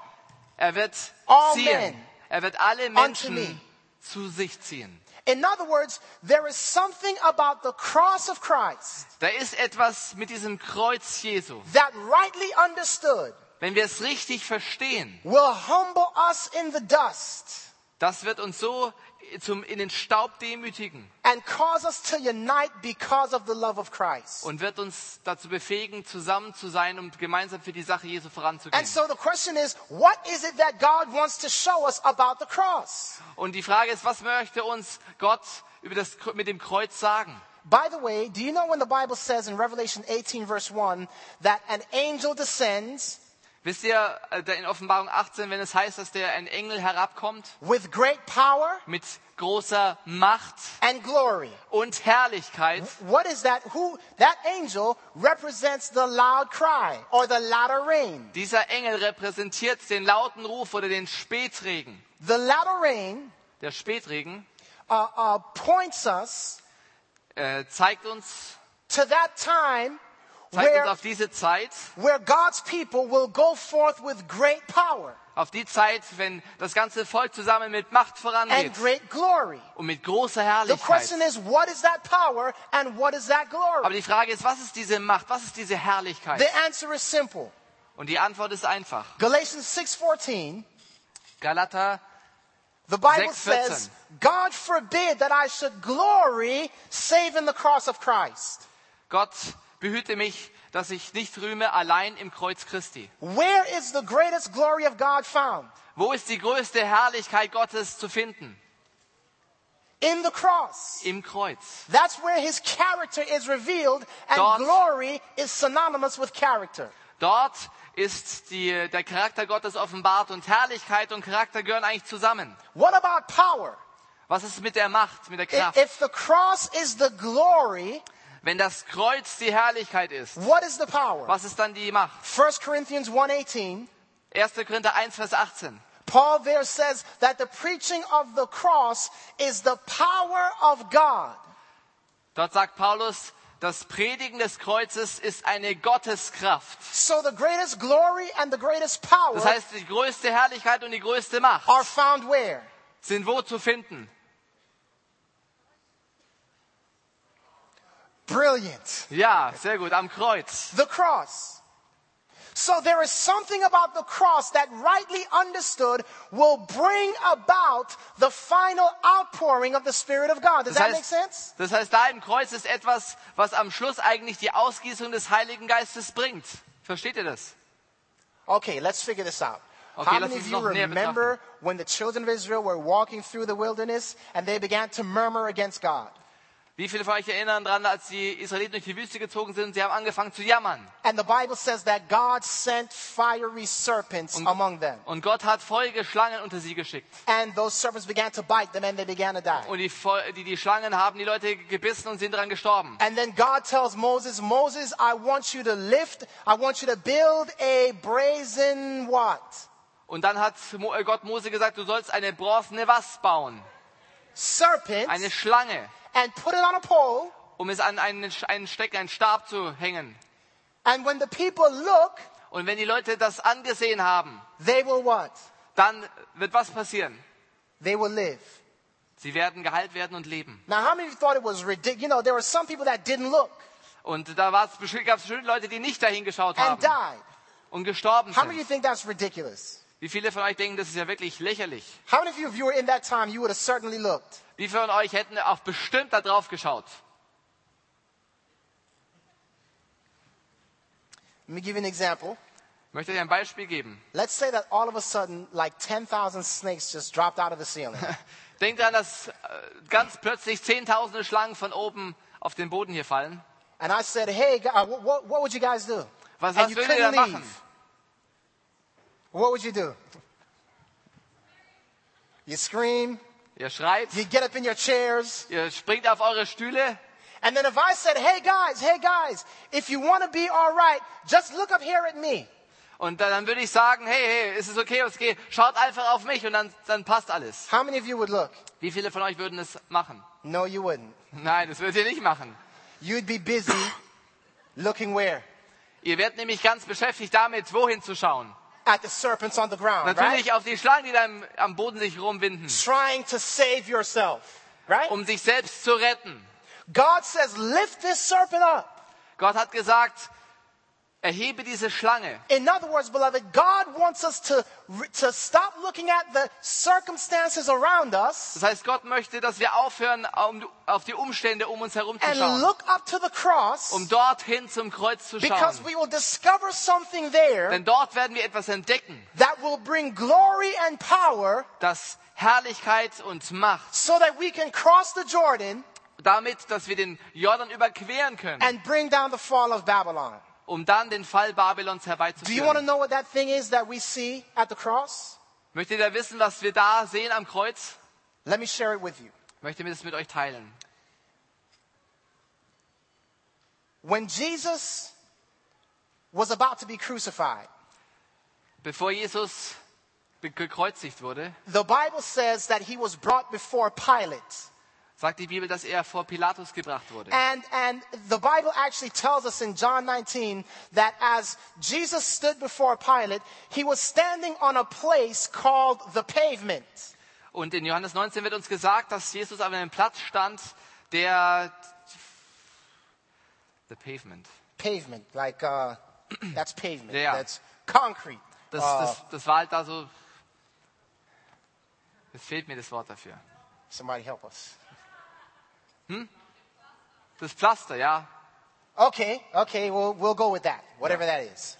Speaker 2: Er wird
Speaker 1: All
Speaker 2: ziehen.
Speaker 1: men
Speaker 2: Er wird alle Menschen
Speaker 1: me.
Speaker 2: zu sich ziehen.
Speaker 1: In other words, there is something about the cross of Christ
Speaker 2: Da ist etwas mit diesem Kreuz Jesu.
Speaker 1: that rightly understood
Speaker 2: Wenn wir es richtig verstehen,
Speaker 1: will humble us in the dust
Speaker 2: das wird uns so zum, in den Staub demütigen
Speaker 1: and cause us to unite because of the love of Christ.
Speaker 2: und wird uns dazu befähigen, zusammen zu sein und gemeinsam für die Sache Jesu voranzugehen.
Speaker 1: And so the question is, what is it that God wants to show us about the cross?
Speaker 2: Und die Frage ist, was möchte uns Gott über das, mit dem Kreuz sagen?
Speaker 1: By the way, do you know when the Bible says in Revelation 18 verse 1 that an angel descends
Speaker 2: Wisst ihr, äh, da in Offenbarung 18, wenn es heißt, dass der ein Engel herabkommt
Speaker 1: with great power
Speaker 2: mit großer Macht
Speaker 1: and glory?
Speaker 2: und Herrlichkeit,
Speaker 1: What is that? Who that angel represents the loud cry or the louder rain.
Speaker 2: dieser Engel repräsentiert den lauten Ruf oder den Spätregen.
Speaker 1: The louder rain
Speaker 2: Der Spätregen
Speaker 1: uh, uh, points us
Speaker 2: äh, zeigt uns,
Speaker 1: to that time
Speaker 2: zeigt
Speaker 1: where
Speaker 2: uns auf diese Zeit,
Speaker 1: where God's people will go forth with great power
Speaker 2: auf die Zeit, wenn das ganze Volk zusammen mit Macht
Speaker 1: and
Speaker 2: vorangeht
Speaker 1: great glory.
Speaker 2: und mit großer
Speaker 1: The question
Speaker 2: Herrlichkeit.
Speaker 1: is, what is that power and what is that
Speaker 2: Aber
Speaker 1: glory?
Speaker 2: die Frage ist, was ist diese Macht? Was ist diese Herrlichkeit?
Speaker 1: The answer is simple.
Speaker 2: Und die Antwort ist einfach.
Speaker 1: Galatians 6:14,
Speaker 2: Galater
Speaker 1: the Bible
Speaker 2: 6:14.
Speaker 1: says, God forbid that I should glory save in the cross of Christ.
Speaker 2: Gott behüte mich, dass ich nicht rühme allein im Kreuz Christi.
Speaker 1: Where is the greatest glory of God found?
Speaker 2: Wo ist die größte Herrlichkeit Gottes zu finden?
Speaker 1: In the cross.
Speaker 2: Im Kreuz.
Speaker 1: That's where his character is revealed and
Speaker 2: Dort-
Speaker 1: glory is synonymous with character.
Speaker 2: Dort ist die, der Charakter Gottes offenbart und Herrlichkeit und Charakter gehören eigentlich zusammen.
Speaker 1: What about power?
Speaker 2: Was ist mit der Macht, mit der
Speaker 1: I-
Speaker 2: Kraft?
Speaker 1: If the cross is the glory,
Speaker 2: Wenn das Kreuz die Herrlichkeit ist,
Speaker 1: what is the power?
Speaker 2: was ist dann die Macht?
Speaker 1: 1 Corinthians 1:18
Speaker 2: 1. Korinther 1, Vers 18.
Speaker 1: Paul there says that the preaching of the cross is the power of God.
Speaker 2: Dort sagt Paulus, das Predigen des Kreuzes ist eine Gotteskraft.
Speaker 1: So the greatest glory and the greatest power
Speaker 2: Das heißt, die größte Herrlichkeit und die größte Macht
Speaker 1: are found where?
Speaker 2: sind wo zu finden?
Speaker 1: Brilliant.
Speaker 2: Ja, sehr gut, am Kreuz.
Speaker 1: The cross. So there is something about the cross that rightly understood will bring about the final outpouring of the Spirit of God. Does
Speaker 2: Das
Speaker 1: that make sense?
Speaker 2: heißt, das heißt, da im Kreuz ist etwas, was am Schluss eigentlich die Ausgießung des Heiligen Geistes bringt. Versteht ihr das?
Speaker 1: Okay, let's figure this out.
Speaker 2: Okay,
Speaker 1: How
Speaker 2: lass
Speaker 1: many
Speaker 2: uns
Speaker 1: of you
Speaker 2: noch näher
Speaker 1: remember when the children of Israel were walking through the wilderness and they began to murmur against God?
Speaker 2: Wie viele von euch erinnern daran, als die Israeliten durch die Wüste gezogen sind, sie haben angefangen zu jammern.
Speaker 1: And the Bible says that God sent fiery serpents among them.
Speaker 2: Und Gott hat feurige Schlangen unter sie geschickt.
Speaker 1: And those serpents began to bite them and they began to die.
Speaker 2: Und die, Feu- die, die Schlangen haben die Leute gebissen und sind daran gestorben.
Speaker 1: And then God tells Moses, Moses, I want you to lift, I want you to build a brazen what?
Speaker 2: Und dann hat Mo- äh, Gott Mose gesagt, du sollst eine bronzene was bauen.
Speaker 1: Serpent
Speaker 2: Eine Schlange,
Speaker 1: and put it on a pole.
Speaker 2: um es an einen, Sch- einen Steck, einen Stab zu hängen.
Speaker 1: And when the people look,
Speaker 2: Und wenn die Leute das angesehen haben,
Speaker 1: they will what?
Speaker 2: dann wird was passieren?
Speaker 1: They will live.
Speaker 2: Sie werden geheilt werden und leben.
Speaker 1: Now, how many of you thought it was ridiculous? You know, there were some people that didn't look
Speaker 2: Und da gab es schöne Leute, die nicht dahin geschaut
Speaker 1: and
Speaker 2: haben
Speaker 1: died.
Speaker 2: und gestorben
Speaker 1: How many of you
Speaker 2: sind.
Speaker 1: think that's ridiculous?
Speaker 2: Wie viele von euch denken, das ist ja wirklich lächerlich?
Speaker 1: How many of you, if you were in that time, you would have certainly looked?
Speaker 2: Wie viele von euch hätten auch bestimmt da drauf geschaut?
Speaker 1: Let me give you an example.
Speaker 2: Ich möchte dir ein Beispiel geben.
Speaker 1: Let's say that all of a sudden, like 10,000 snakes just dropped out of the ceiling.
Speaker 2: Denkt daran, dass äh, ganz plötzlich zehntausende Schlangen von oben auf den Boden hier fallen.
Speaker 1: And I said, hey, God, what, what, what would you guys do? and
Speaker 2: Was, was
Speaker 1: you
Speaker 2: würdet ihr
Speaker 1: couldn't
Speaker 2: da
Speaker 1: leave.
Speaker 2: machen?
Speaker 1: What would you do? You scream,
Speaker 2: Ihr schreit,
Speaker 1: you get up in your chairs.
Speaker 2: ihr springt auf eure Stühle.
Speaker 1: And then if I said, hey guys, hey guys, if you want to be all right, just look up here at me.
Speaker 2: Und dann, dann würde ich sagen, hey, hey, ist es okay, was geht? Schaut einfach auf mich und dann, dann passt alles.
Speaker 1: How many of you would look?
Speaker 2: Wie viele von euch würden es machen?
Speaker 1: No, you wouldn't.
Speaker 2: Nein, das würdet ihr nicht machen.
Speaker 1: You'd be busy looking where?
Speaker 2: Ihr werdet nämlich ganz beschäftigt damit, wohin zu schauen.
Speaker 1: At the serpents on the ground, right?
Speaker 2: Natürlich auf die Schlangen, die da am- am Boden sich rumwinden.
Speaker 1: Trying to save yourself. Right?
Speaker 2: um sich selbst zu retten.
Speaker 1: God says, lift this serpent up.
Speaker 2: Gott hat gesagt, erhebe diese Schlange.
Speaker 1: In other words, beloved, God wants us to, to stop looking at the circumstances around us
Speaker 2: Das heißt, Gott möchte, dass wir aufhören, um- auf die Umstände um uns herum zu
Speaker 1: and
Speaker 2: schauen,
Speaker 1: look up to the cross
Speaker 2: um dorthin zum Kreuz zu
Speaker 1: because
Speaker 2: schauen.
Speaker 1: we will discover something there
Speaker 2: Denn dort werden wir etwas entdecken,
Speaker 1: that will bring glory and power
Speaker 2: das Herrlichkeit und Macht,
Speaker 1: so that we can cross the Jordan
Speaker 2: damit, dass wir den Jordan überqueren können,
Speaker 1: and bring down the fall of Babylon.
Speaker 2: um dann den Fall Babylons
Speaker 1: Do you want to
Speaker 2: herbeizuführen.
Speaker 1: know what that thing is that we see at the cross?
Speaker 2: Möchtet ihr wissen, was wir da sehen am Kreuz?
Speaker 1: Let me share it with you.
Speaker 2: Möchte mir das mit euch teilen.
Speaker 1: When Jesus was about to be crucified,
Speaker 2: Bevor Jesus be- gekreuzigt wurde,
Speaker 1: the Bible says that he was brought before Pilate.
Speaker 2: sagt die Bibel, dass er vor Pilatus gebracht wurde.
Speaker 1: And, and the Bible actually tells us in John 19 that as Jesus stood before Pilate, he was standing on a place called the pavement.
Speaker 2: Und in Johannes 19 wird uns gesagt, dass Jesus auf einem Platz stand, der the pavement.
Speaker 1: Pavement, like, uh, that's pavement.
Speaker 2: Yeah.
Speaker 1: That's concrete.
Speaker 2: Das,
Speaker 1: Uh,
Speaker 2: das, das war halt da so. Es fehlt mir das Wort dafür.
Speaker 1: somebody help us.
Speaker 2: Das Pflaster, ja.
Speaker 1: Okay, okay, we'll, we'll go with that, whatever that is.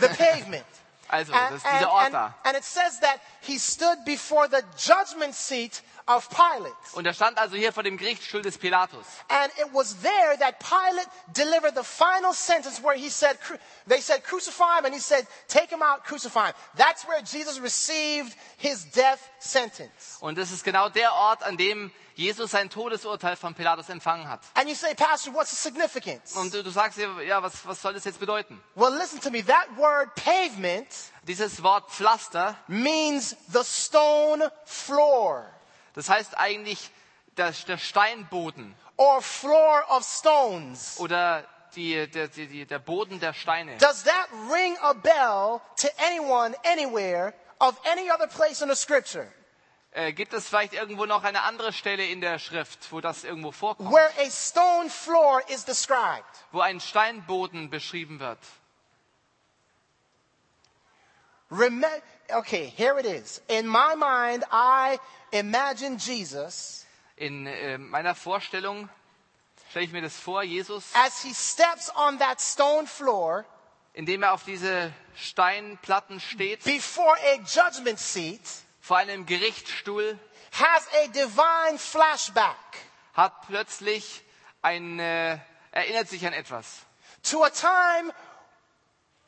Speaker 1: The pavement.
Speaker 2: Also, das ist dieser Ort
Speaker 1: and,
Speaker 2: da.
Speaker 1: and it says that he stood before the judgment seat of Pilate.
Speaker 2: Und er stand also hier vor dem Gerichtsstuhl des Pilatus.
Speaker 1: And it was there that Pilate delivered the final sentence where he said, cru- they said, crucify him, and he said, take him out, crucify him. That's where Jesus received his death sentence.
Speaker 2: Und das ist genau der Ort, an dem Jesus sein Todesurteil von Pilatus empfangen hat.
Speaker 1: And you say, Pastor, what's the significance?
Speaker 2: Und du, du sagst dir, ja, was, was soll das jetzt bedeuten?
Speaker 1: Well, listen to me. That word pavement
Speaker 2: Dieses Wort Pflaster,
Speaker 1: means the stone floor.
Speaker 2: das heißt eigentlich der, der Steinboden
Speaker 1: or floor of stones.
Speaker 2: oder die, der, die, die, der Boden der Steine.
Speaker 1: Does that ring a bell to anyone, anywhere, of any other place in the scripture
Speaker 2: Äh, gibt es vielleicht irgendwo noch eine andere Stelle in der Schrift, wo das irgendwo vorkommt,
Speaker 1: where a stone floor is described?
Speaker 2: wo ein Steinboden beschrieben wird?
Speaker 1: Remem- okay, here it is. In my mind, I imagine Jesus
Speaker 2: In äh, meiner Vorstellung stelle ich mir das vor, Jesus,
Speaker 1: as he steps on that stone floor
Speaker 2: indem er auf diese Steinplatten steht,
Speaker 1: before a judgment seat,
Speaker 2: vor einem Gerichtsstuhl,
Speaker 1: has a divine flashback
Speaker 2: hat plötzlich ein, äh, erinnert sich an etwas.
Speaker 1: to a time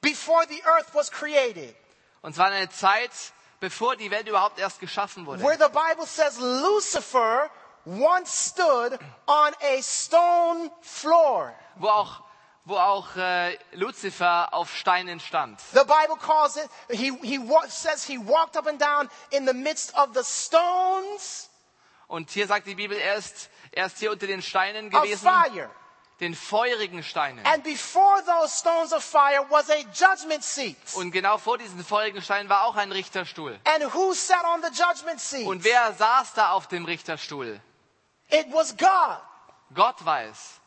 Speaker 1: before the earth was created.
Speaker 2: Und zwar eine Zeit, bevor die Welt überhaupt erst geschaffen wurde.
Speaker 1: where the Bible says Lucifer once stood on a stone floor.
Speaker 2: wo auch, wo auch äh, Luzifer auf Steinen stand.
Speaker 1: The Bible calls it, he, he wa- says he walked up and down in the midst of the stones
Speaker 2: Und hier sagt die Bibel, er ist, er ist hier unter den Steinen
Speaker 1: of
Speaker 2: gewesen,
Speaker 1: fire.
Speaker 2: den feurigen Steinen.
Speaker 1: And before those stones of fire was a judgment seat.
Speaker 2: Und genau vor diesen feurigen Steinen war auch ein Richterstuhl.
Speaker 1: And who sat on the judgment seat?
Speaker 2: Und wer saß da auf dem Richterstuhl?
Speaker 1: It was God.
Speaker 2: Gott weiß.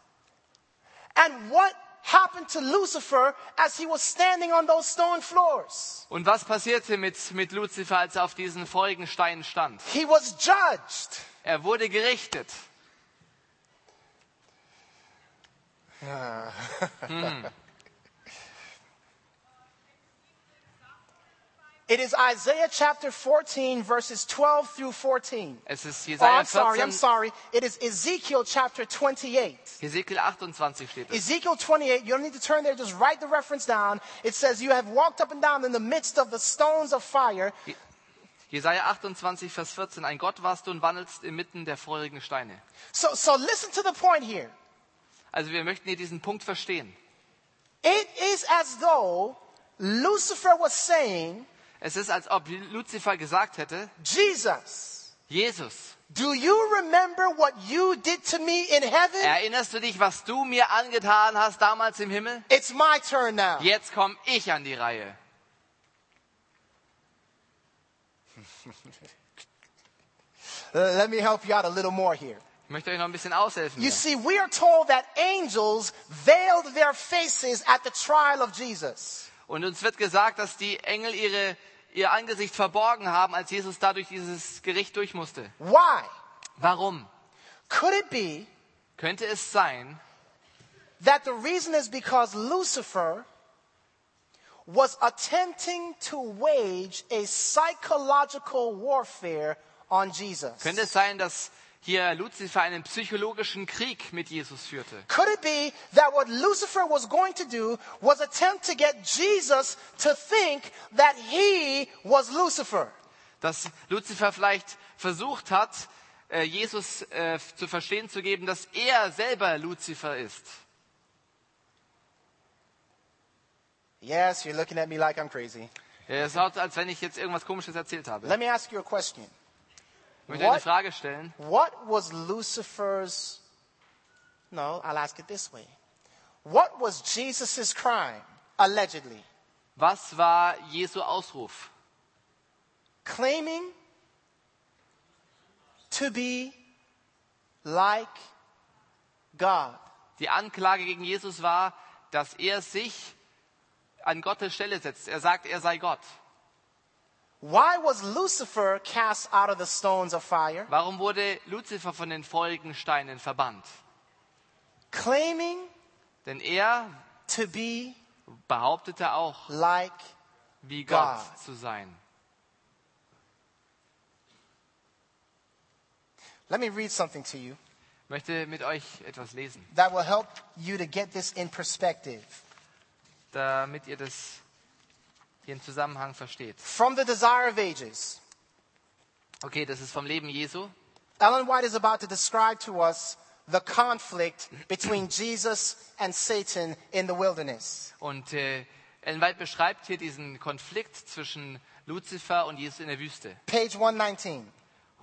Speaker 1: And what happened to Lucifer as he was standing on those stone floors?
Speaker 2: Und was passierte mit, mit Luzifer, als er auf diesen feurigen Steinen stand?
Speaker 1: He was judged.
Speaker 2: Er wurde gerichtet.
Speaker 1: It is Isaiah chapter 14, verses 12 through 14.
Speaker 2: Es ist
Speaker 1: Oh,
Speaker 2: Jesaja
Speaker 1: I'm sorry, I'm
Speaker 2: 14,
Speaker 1: sorry. It is Ezekiel chapter 28.
Speaker 2: Hesekiel 28 steht es.
Speaker 1: Ezekiel 28, you don't need to turn there, just write the reference down. It says, You have walked up and down in the midst of the stones of fire.
Speaker 2: Jesaja 28, Vers 14. Ein Gott warst du und wandelst inmitten der feurigen Steine.
Speaker 1: So, so listen to the point here.
Speaker 2: Also wir möchten hier diesen Punkt verstehen.
Speaker 1: It is as though Lucifer was saying,
Speaker 2: Es ist, als ob Luzifer gesagt hätte,
Speaker 1: Jesus,
Speaker 2: Jesus,
Speaker 1: do you remember what you did to me in heaven?
Speaker 2: erinnerst du dich, was du mir angetan hast damals im Himmel?
Speaker 1: It's my turn now.
Speaker 2: Jetzt komme ich an die Reihe.
Speaker 1: Uh, Let me help you out a little more here.
Speaker 2: Ich möchte euch noch ein bisschen aushelfen.
Speaker 1: You
Speaker 2: Hier.
Speaker 1: see, we are told that angels veiled their faces at the trial of Jesus.
Speaker 2: Und uns wird gesagt, dass die Engel ihre, ihr Angesicht verborgen haben, als Jesus dadurch dieses Gericht durch musste.
Speaker 1: Why?
Speaker 2: Warum?
Speaker 1: Could it be
Speaker 2: Könnte es sein,
Speaker 1: that the reason is because Lucifer was attempting to wage a psychological warfare on Jesus?
Speaker 2: könnte es sein, dass hier Luzifer einen psychologischen Krieg mit Jesus führte?
Speaker 1: Could it be that what Lucifer was going to do was attempt to get Jesus to think that he was Lucifer?
Speaker 2: Dass Luzifer vielleicht versucht hat, äh, Jesus äh, zu verstehen zu geben, dass er selber Luzifer ist.
Speaker 1: Yes, you're looking at me like I'm crazy.
Speaker 2: Ja, Es schaut, als wenn ich jetzt irgendwas Komisches erzählt habe.
Speaker 1: Let me ask you a question.
Speaker 2: Ich möchte eine
Speaker 1: What?
Speaker 2: Frage stellen.
Speaker 1: What was Lucifer's. No, I'll ask it this way. What was Jesus' crime, allegedly?
Speaker 2: Was war Jesu Ausruf?
Speaker 1: Claiming to be like God.
Speaker 2: Die Anklage gegen Jesus war, dass er sich an Gottes Stelle setzt. Er sagt, er sei Gott.
Speaker 1: Why was Lucifer cast out of the stones of fire?
Speaker 2: Warum wurde Luzifer von den Folgensteinen verbannt?
Speaker 1: Claiming
Speaker 2: Denn er
Speaker 1: to be
Speaker 2: behauptete auch,
Speaker 1: like
Speaker 2: wie Gott
Speaker 1: God.
Speaker 2: zu sein.
Speaker 1: Let me read something to you
Speaker 2: Ich möchte mit euch etwas lesen,
Speaker 1: that will help you to get this in perspective.
Speaker 2: damit ihr das hier im Zusammenhang versteht.
Speaker 1: From the Desire of Ages,
Speaker 2: Okay, das ist vom Leben Jesu.
Speaker 1: Ellen White is about to describe to us the conflict between Jesus and Satan in the wilderness.
Speaker 2: Und äh, Ellen White beschreibt hier diesen Konflikt zwischen Luzifer und Jesus in der Wüste.
Speaker 1: Page 119.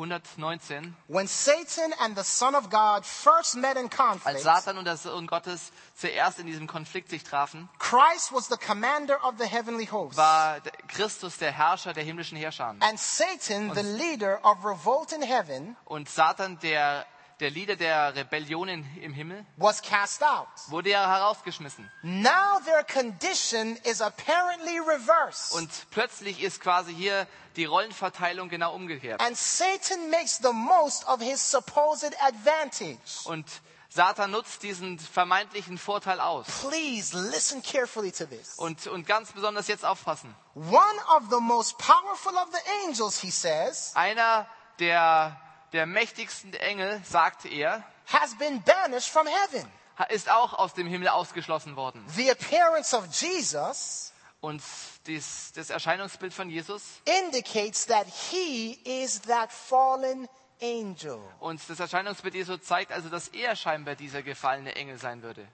Speaker 2: 119.
Speaker 1: When Satan and the Son of God first met in
Speaker 2: Als
Speaker 1: conflict,
Speaker 2: Satan und der Sohn Gottes zuerst in diesem Konflikt sich trafen,
Speaker 1: Christ was the commander of the heavenly host.
Speaker 2: war der- Christus der Herrscher der himmlischen Herrscher
Speaker 1: And Satan, the leader of revolt in heaven,
Speaker 2: und Satan der, der Leader der Rebellionen im Himmel
Speaker 1: was cast out.
Speaker 2: wurde ja herausgeschmissen.
Speaker 1: Now their condition is apparently reversed.
Speaker 2: Und plötzlich ist quasi hier die Rollenverteilung genau umgekehrt.
Speaker 1: and Satan makes the most of his supposed advantage.
Speaker 2: Und Satan nutzt diesen vermeintlichen Vorteil aus.
Speaker 1: Please listen carefully to this.
Speaker 2: Und, und ganz besonders jetzt aufpassen.
Speaker 1: One of the most powerful of the angels, he says,
Speaker 2: Einer der, der mächtigsten Engel, sagt er,
Speaker 1: has been banished from heaven.
Speaker 2: ha- ist auch aus dem Himmel ausgeschlossen worden.
Speaker 1: The appearance of Jesus
Speaker 2: Und dies, das Erscheinungsbild von Jesus
Speaker 1: indicates that he is that fallen angel.
Speaker 2: und das Erscheinungsbild Jesu zeigt also, dass er scheinbar dieser gefallene Engel sein würde.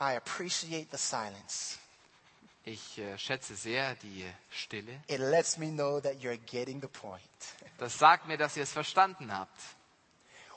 Speaker 1: I appreciate the silence.
Speaker 2: Ich äh, schätze sehr die Stille.
Speaker 1: It lets me know that you're getting the point.
Speaker 2: Das sagt mir, dass ihr es verstanden habt.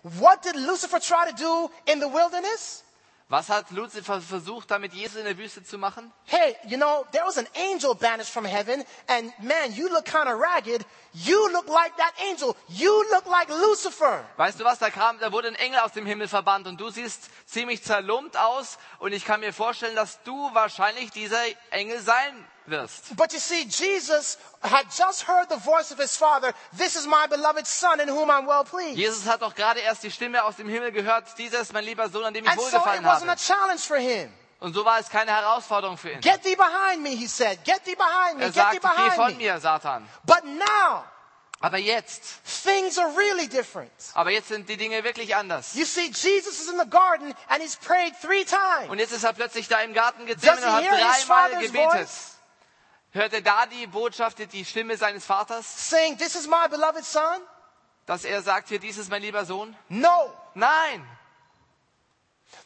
Speaker 1: What did Lucifer try to do in the wilderness?
Speaker 2: Was hat Luzifer versucht, damit Jesus in der Wüste zu machen?
Speaker 1: Hey, you know, there was an angel banished from heaven, and man, you look kind of ragged. You look like that angel. You look like Lucifer.
Speaker 2: Weißt du was, da kam, da wurde ein Engel aus dem Himmel verbannt und du siehst ziemlich zerlumpt aus und ich kann mir vorstellen, dass du wahrscheinlich dieser Engel sein wirst.
Speaker 1: But you see, Jesus had just heard the voice of his father. This is my beloved son in whom I'm well pleased.
Speaker 2: Jesus hat doch gerade erst die Stimme aus dem Himmel gehört, dieser ist mein lieber Sohn, an dem ich
Speaker 1: and so it
Speaker 2: wohlgefallen
Speaker 1: wasn't
Speaker 2: habe.
Speaker 1: a challenge for him.
Speaker 2: Und so war es keine Herausforderung für ihn.
Speaker 1: Get thee behind me, he said. Get thee behind me.
Speaker 2: Er
Speaker 1: Get thee
Speaker 2: sagt, geh
Speaker 1: behind
Speaker 2: von
Speaker 1: me.
Speaker 2: mir, Satan.
Speaker 1: But now,
Speaker 2: Aber jetzt,
Speaker 1: things are really different.
Speaker 2: aber jetzt sind die Dinge wirklich anders.
Speaker 1: You see, Jesus is in the garden and he's prayed three times.
Speaker 2: Und jetzt ist er plötzlich da im Garten gesessen
Speaker 1: Does
Speaker 2: und
Speaker 1: he
Speaker 2: hat
Speaker 1: hear his
Speaker 2: dreimal
Speaker 1: father's
Speaker 2: gebetet.
Speaker 1: voice?
Speaker 2: Hört er da die Botschaft, die Stimme seines Vaters,
Speaker 1: Saying, this is my beloved son?
Speaker 2: dass er sagt, hier, dies ist mein lieber Sohn?
Speaker 1: No.
Speaker 2: Nein!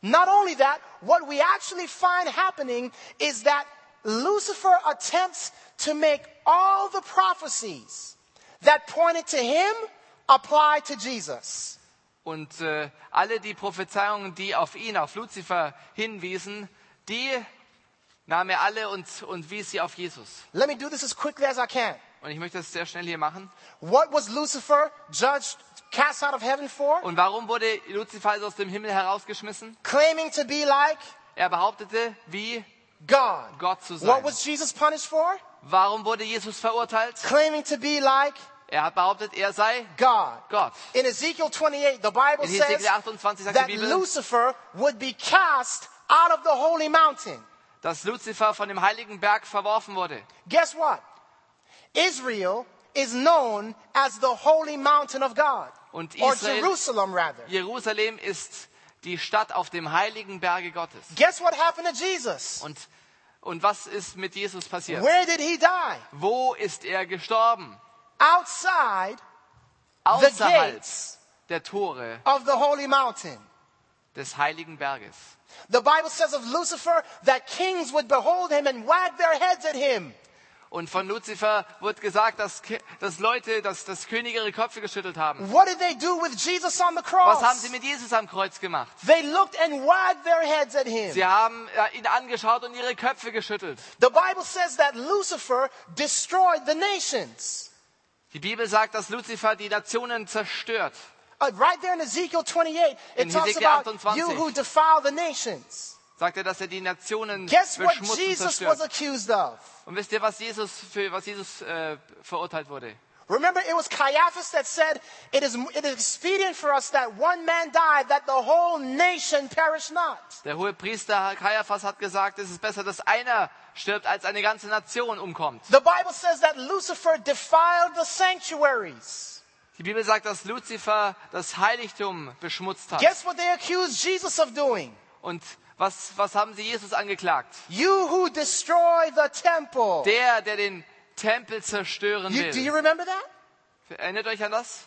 Speaker 1: Not only that, what we actually find happening is that Lucifer attempts to make all the prophecies that pointed to him apply to Jesus.
Speaker 2: Und äh, alle die Prophezeiungen, die auf ihn, auf Luzifer hinwiesen, die nahm er alle und, und wies sie auf Jesus.
Speaker 1: Let me do this as quickly as I can.
Speaker 2: Und und ich möchte das sehr schnell hier machen.
Speaker 1: What was Lucifer judged, cast out of heaven for?
Speaker 2: Und warum wurde Luzifer also aus dem Himmel herausgeschmissen?
Speaker 1: Claiming to be like
Speaker 2: Er behauptete, wie
Speaker 1: God.
Speaker 2: Gott zu sein.
Speaker 1: What was Jesus punished for?
Speaker 2: Warum wurde Jesus verurteilt?
Speaker 1: Claiming to be like
Speaker 2: Er hat behauptet, er sei
Speaker 1: God.
Speaker 2: Gott.
Speaker 1: In Ezekiel 28, the Bible
Speaker 2: In Hesekiel
Speaker 1: says
Speaker 2: 28 sagt
Speaker 1: that
Speaker 2: die Bibel-
Speaker 1: Lucifer would be cast out of the holy mountain.
Speaker 2: Dass Luzifer von dem heiligen Berg verworfen wurde.
Speaker 1: Guess what? Israel is known as the holy mountain of God,
Speaker 2: Und
Speaker 1: or
Speaker 2: Israel-
Speaker 1: Jerusalem rather.
Speaker 2: Jerusalem ist die Stadt auf dem heiligen Berge Gottes.
Speaker 1: Guess what happened to Jesus?
Speaker 2: Und, und was ist mit Jesus passiert?
Speaker 1: Where did he die?
Speaker 2: Wo ist er gestorben?
Speaker 1: Outside the
Speaker 2: Außerhalb
Speaker 1: gates
Speaker 2: der Tore
Speaker 1: of the holy mountain.
Speaker 2: des heiligen Berges.
Speaker 1: The Bible says of Lucifer that kings would behold him and wag their heads at him.
Speaker 2: Und von Luzifer wird gesagt, dass, Ki- dass Leute, dass, dass Könige ihre Köpfe geschüttelt haben.
Speaker 1: What did they do with Jesus on the
Speaker 2: Was haben sie
Speaker 1: cross?
Speaker 2: mit Jesus am Kreuz gemacht?
Speaker 1: They looked and wagged their heads at him.
Speaker 2: Sie haben äh, ihn angeschaut und ihre Köpfe geschüttelt.
Speaker 1: The Bible says that Lucifer destroyed the nations.
Speaker 2: Die Bibel sagt, dass Luzifer die Nationen zerstört.
Speaker 1: Uh, right there in Ezekiel 28, it
Speaker 2: In
Speaker 1: talks
Speaker 2: Hezekiel
Speaker 1: about
Speaker 2: 28.
Speaker 1: you who defile the nations.
Speaker 2: Sagt er, dass er die Nationen
Speaker 1: Guess what
Speaker 2: beschmutzt und
Speaker 1: Jesus was
Speaker 2: zerstört.
Speaker 1: accused of?
Speaker 2: Und wisst ihr, was Jesus für was Jesus äh, verurteilt wurde?
Speaker 1: Remember, it was Caiaphas that said, it is, it is expedient for us that one man die, that the whole nation perish not.
Speaker 2: Der hohe Priester Kaiaphas hat gesagt, es ist besser, dass einer stirbt, als eine ganze Nation umkommt.
Speaker 1: The Bible says that Lucifer defiled the sanctuaries.
Speaker 2: Die Bibel sagt, dass Luzifer das Heiligtum beschmutzt hat.
Speaker 1: Guess what they accused Jesus of doing?
Speaker 2: Und was, was haben sie Jesus angeklagt?
Speaker 1: You who destroy the temple.
Speaker 2: Der, der den Tempel zerstören
Speaker 1: You- do you
Speaker 2: will.
Speaker 1: remember that?
Speaker 2: Erinnert euch an das?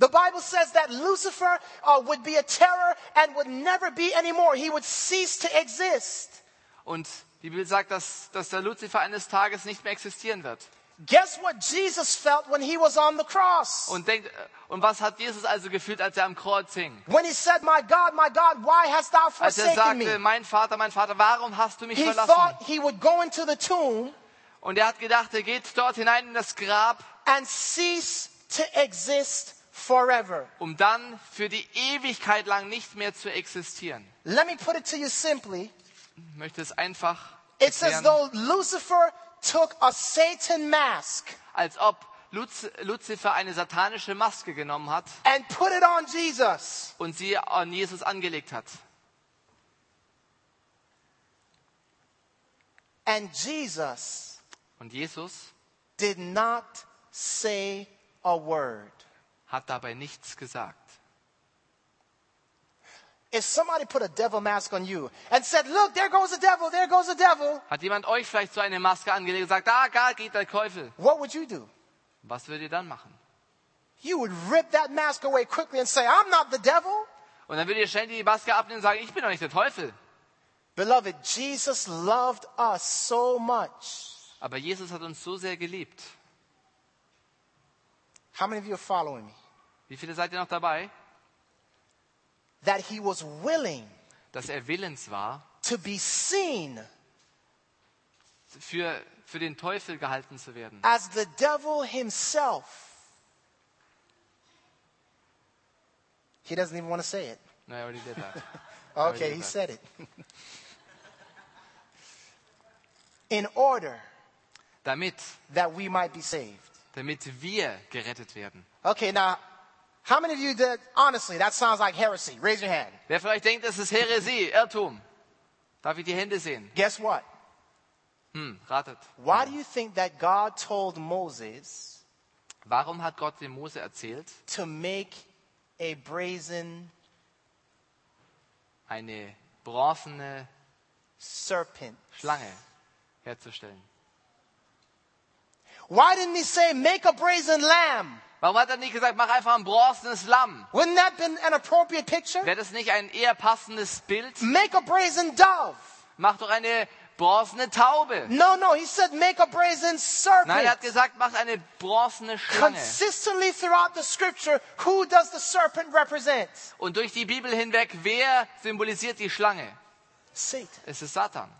Speaker 1: The Bible says that Lucifer uh, would be a terror and would never be anymore. He would cease to exist.
Speaker 2: Und die Bibel sagt, dass, dass der Luzifer eines Tages nicht mehr existieren wird.
Speaker 1: Guess what Jesus felt when he was on the cross?
Speaker 2: Und, denkt, äh, und was hat Jesus also gefühlt, als er am Kreuz hing?
Speaker 1: When he said, My God, my God, why hast thou
Speaker 2: Als er
Speaker 1: forsaken me?
Speaker 2: sagte, mein Vater, mein Vater, warum hast du mich
Speaker 1: He
Speaker 2: verlassen?
Speaker 1: thought he would go into the tomb
Speaker 2: Und er hat gedacht, er geht dort hinein in das Grab,
Speaker 1: and cease to exist forever.
Speaker 2: um dann für die Ewigkeit lang nicht mehr zu existieren.
Speaker 1: Let me put it to you simply.
Speaker 2: Ich möchte es einfach
Speaker 1: It's as
Speaker 2: erklären,
Speaker 1: though Lucifer took a Satan mask
Speaker 2: als ob Luz Luzifer eine satanische Maske genommen hat
Speaker 1: and put it on Jesus.
Speaker 2: und sie an Jesus angelegt hat.
Speaker 1: And Jesus
Speaker 2: Und Jesus
Speaker 1: did not say a word.
Speaker 2: hat dabei nichts gesagt.
Speaker 1: If somebody put a devil mask on you and said, Look, there goes the devil, there goes the devil,
Speaker 2: Hat jemand euch vielleicht so eine Maske angelegt und sagt, ah, da geht der Teufel?
Speaker 1: what would you do?
Speaker 2: Was würdet ihr dann machen?
Speaker 1: You would rip that mask away quickly and say, I'm not the devil.
Speaker 2: Und dann würdet ihr schnell die Maske abnehmen und sagen, ich bin doch nicht der Teufel.
Speaker 1: Beloved, Jesus loved us so much.
Speaker 2: Aber Jesus hat uns so sehr geliebt.
Speaker 1: How many of you are following me?
Speaker 2: Wie viele seid ihr noch dabei?
Speaker 1: That he was willing
Speaker 2: Dass er willens war,
Speaker 1: to be seen
Speaker 2: für, für den Teufel gehalten zu werden.
Speaker 1: as the devil himself. He doesn't even want to say it.
Speaker 2: No, I already did that.
Speaker 1: Okay, he said it. In order
Speaker 2: Damit,
Speaker 1: that we might be saved.
Speaker 2: damit wir gerettet werden.
Speaker 1: Okay, now, how many of you that, honestly, that sounds like heresy? Raise your hand.
Speaker 2: Wer von euch denkt, das ist Heresie, Irrtum? Darf ich die Hände sehen?
Speaker 1: Guess what?
Speaker 2: Hm, ratet.
Speaker 1: Why do you think that God told Moses
Speaker 2: Warum hat Gott dem Mose erzählt,
Speaker 1: to make a brazen
Speaker 2: eine bronzene
Speaker 1: serpent?
Speaker 2: Schlange herzustellen?
Speaker 1: Why didn't he say, make a brazen lamb?
Speaker 2: Warum hat er nicht gesagt, mach einfach ein bronzenes Lamm?
Speaker 1: Wouldn't that been an appropriate picture?
Speaker 2: Wäre das nicht ein eher passendes Bild?
Speaker 1: Make a brazen dove.
Speaker 2: Mach doch eine bronzene Taube.
Speaker 1: No, no, he said, make a brazen serpent.
Speaker 2: Nein, er hat gesagt, mach eine bronzene Schlange.
Speaker 1: Consistently throughout the scripture, who does the serpent represent?
Speaker 2: Und durch die Bibel hinweg, wer symbolisiert die Schlange?
Speaker 1: Satan.
Speaker 2: Es ist Satan.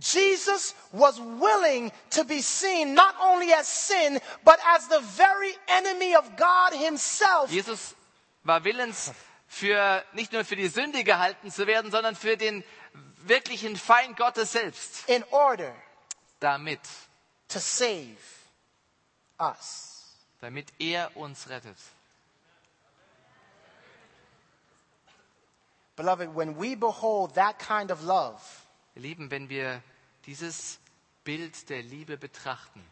Speaker 1: Jesus was willing to be seen not only as sin, but as the very enemy of God himself.
Speaker 2: Jesus war willens, für, nicht nur für die Sünde gehalten zu werden, sondern für den wirklichen Feind Gottes selbst,
Speaker 1: in order
Speaker 2: damit,
Speaker 1: to save us.
Speaker 2: damit er uns rettet.
Speaker 1: Beloved, when we behold that kind of love,
Speaker 2: Ihr Lieben, wenn wir dieses Bild der Liebe betrachten,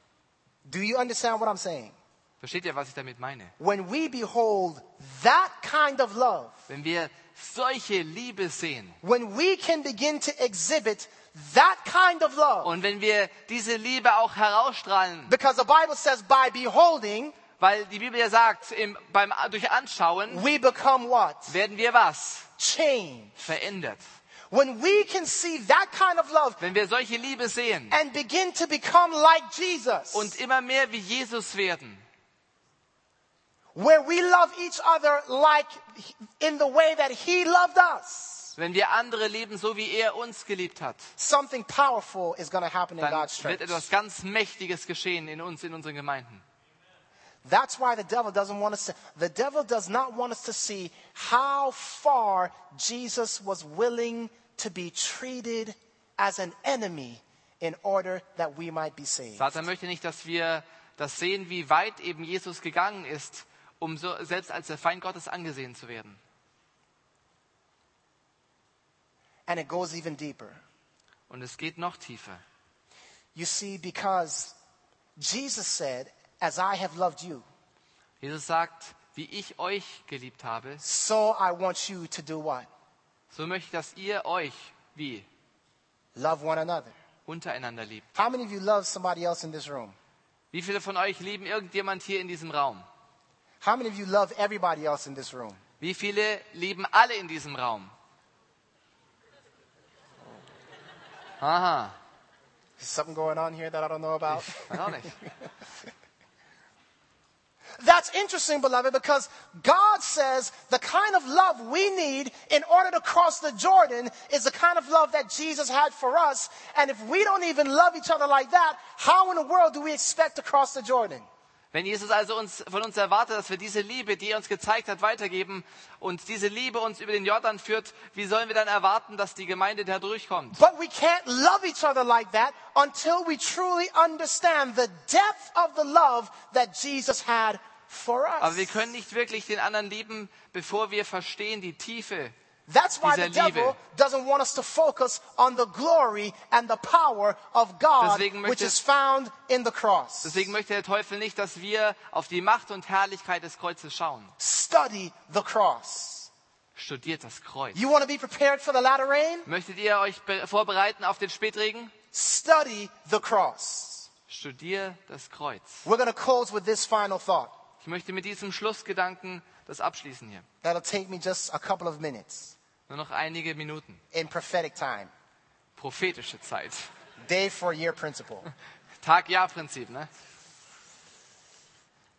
Speaker 1: do you understand what I'm saying?
Speaker 2: versteht ihr, was ich damit meine?
Speaker 1: When we behold that kind of love,
Speaker 2: Wenn wir solche Liebe sehen
Speaker 1: when we can begin to exhibit that kind of love,
Speaker 2: und wenn wir diese Liebe auch herausstrahlen,
Speaker 1: because the Bible says by beholding,
Speaker 2: weil die Bibel ja sagt, im, beim, durch Anschauen
Speaker 1: we become what?
Speaker 2: werden wir was?
Speaker 1: Changed.
Speaker 2: Verändert.
Speaker 1: When we can see that kind of love
Speaker 2: Wenn wir solche Liebe sehen
Speaker 1: and begin to become like Jesus,
Speaker 2: und immer mehr wie Jesus werden,
Speaker 1: where we love each other like in the way that he loved us,
Speaker 2: wenn wir andere lieben, so wie er uns geliebt hat,
Speaker 1: something powerful is going to happen in
Speaker 2: dann
Speaker 1: God's
Speaker 2: wird
Speaker 1: church.
Speaker 2: etwas ganz Mächtiges geschehen in uns, in unseren Gemeinden.
Speaker 1: That's why the devil doesn't want us to, the devil does not want us to see how far Jesus was willing to be treated as an enemy in order that we might be saved.
Speaker 2: Satan möchte nicht, dass wir das sehen, wie weit eben Jesus gegangen ist, um so, selbst als der Feind Gottes angesehen zu werden.
Speaker 1: And it goes even deeper.
Speaker 2: Und es geht noch tiefer.
Speaker 1: You see, because Jesus said, as I have loved you,
Speaker 2: Jesus sagt, wie ich euch geliebt habe,
Speaker 1: so I want you to do what?
Speaker 2: so möchte ich, dass ihr euch wie
Speaker 1: Love one another.
Speaker 2: untereinander liebt.
Speaker 1: How many of you love somebody else in this room?
Speaker 2: Wie viele von euch lieben irgendjemand hier in diesem Raum?
Speaker 1: How many of you love everybody else in this room?
Speaker 2: Wie viele lieben alle in diesem Raum? Aha,
Speaker 1: Is something going on here that I don't know about?
Speaker 2: weiß auch nicht.
Speaker 1: That's interesting, beloved, because God says the kind of love we need in order to cross the Jordan is the kind of love that Jesus had for us. And if we don't even love each other like that, how in the world do we expect to cross the Jordan?
Speaker 2: Wenn Jesus also uns, von uns erwartet, dass wir diese Liebe, die er uns gezeigt hat, weitergeben und diese Liebe uns über den Jordan führt, wie sollen wir dann erwarten, dass die Gemeinde da durchkommt?
Speaker 1: But we can't love each other like that until we truly understand the depth of the love that Jesus had for
Speaker 2: Aber
Speaker 1: us.
Speaker 2: wir können nicht wirklich den anderen lieben, bevor wir verstehen die Tiefe.
Speaker 1: That's why the
Speaker 2: dieser
Speaker 1: devil
Speaker 2: Liebe.
Speaker 1: doesn't want us to focus on the glory and the power of God,
Speaker 2: Deswegen möchte-
Speaker 1: which is found in the cross.
Speaker 2: Deswegen möchte der Teufel nicht, dass wir auf die Macht und Herrlichkeit des Kreuzes schauen.
Speaker 1: Study the cross.
Speaker 2: Studiert das Kreuz.
Speaker 1: You want to be prepared for the latter rain?
Speaker 2: Möchtet ihr euch be- vorbereiten auf den Spätregen?
Speaker 1: Study the cross.
Speaker 2: Studier das Kreuz.
Speaker 1: We're going to close with this final thought.
Speaker 2: Ich möchte mit diesem Schlussgedanken das abschließen hier.
Speaker 1: That'll take me just a couple of minutes
Speaker 2: Nur noch einige Minuten.
Speaker 1: in prophetic time.
Speaker 2: Prophetische Zeit.
Speaker 1: Day for year principle.
Speaker 2: Tag-Jahr-Prinzip, ne?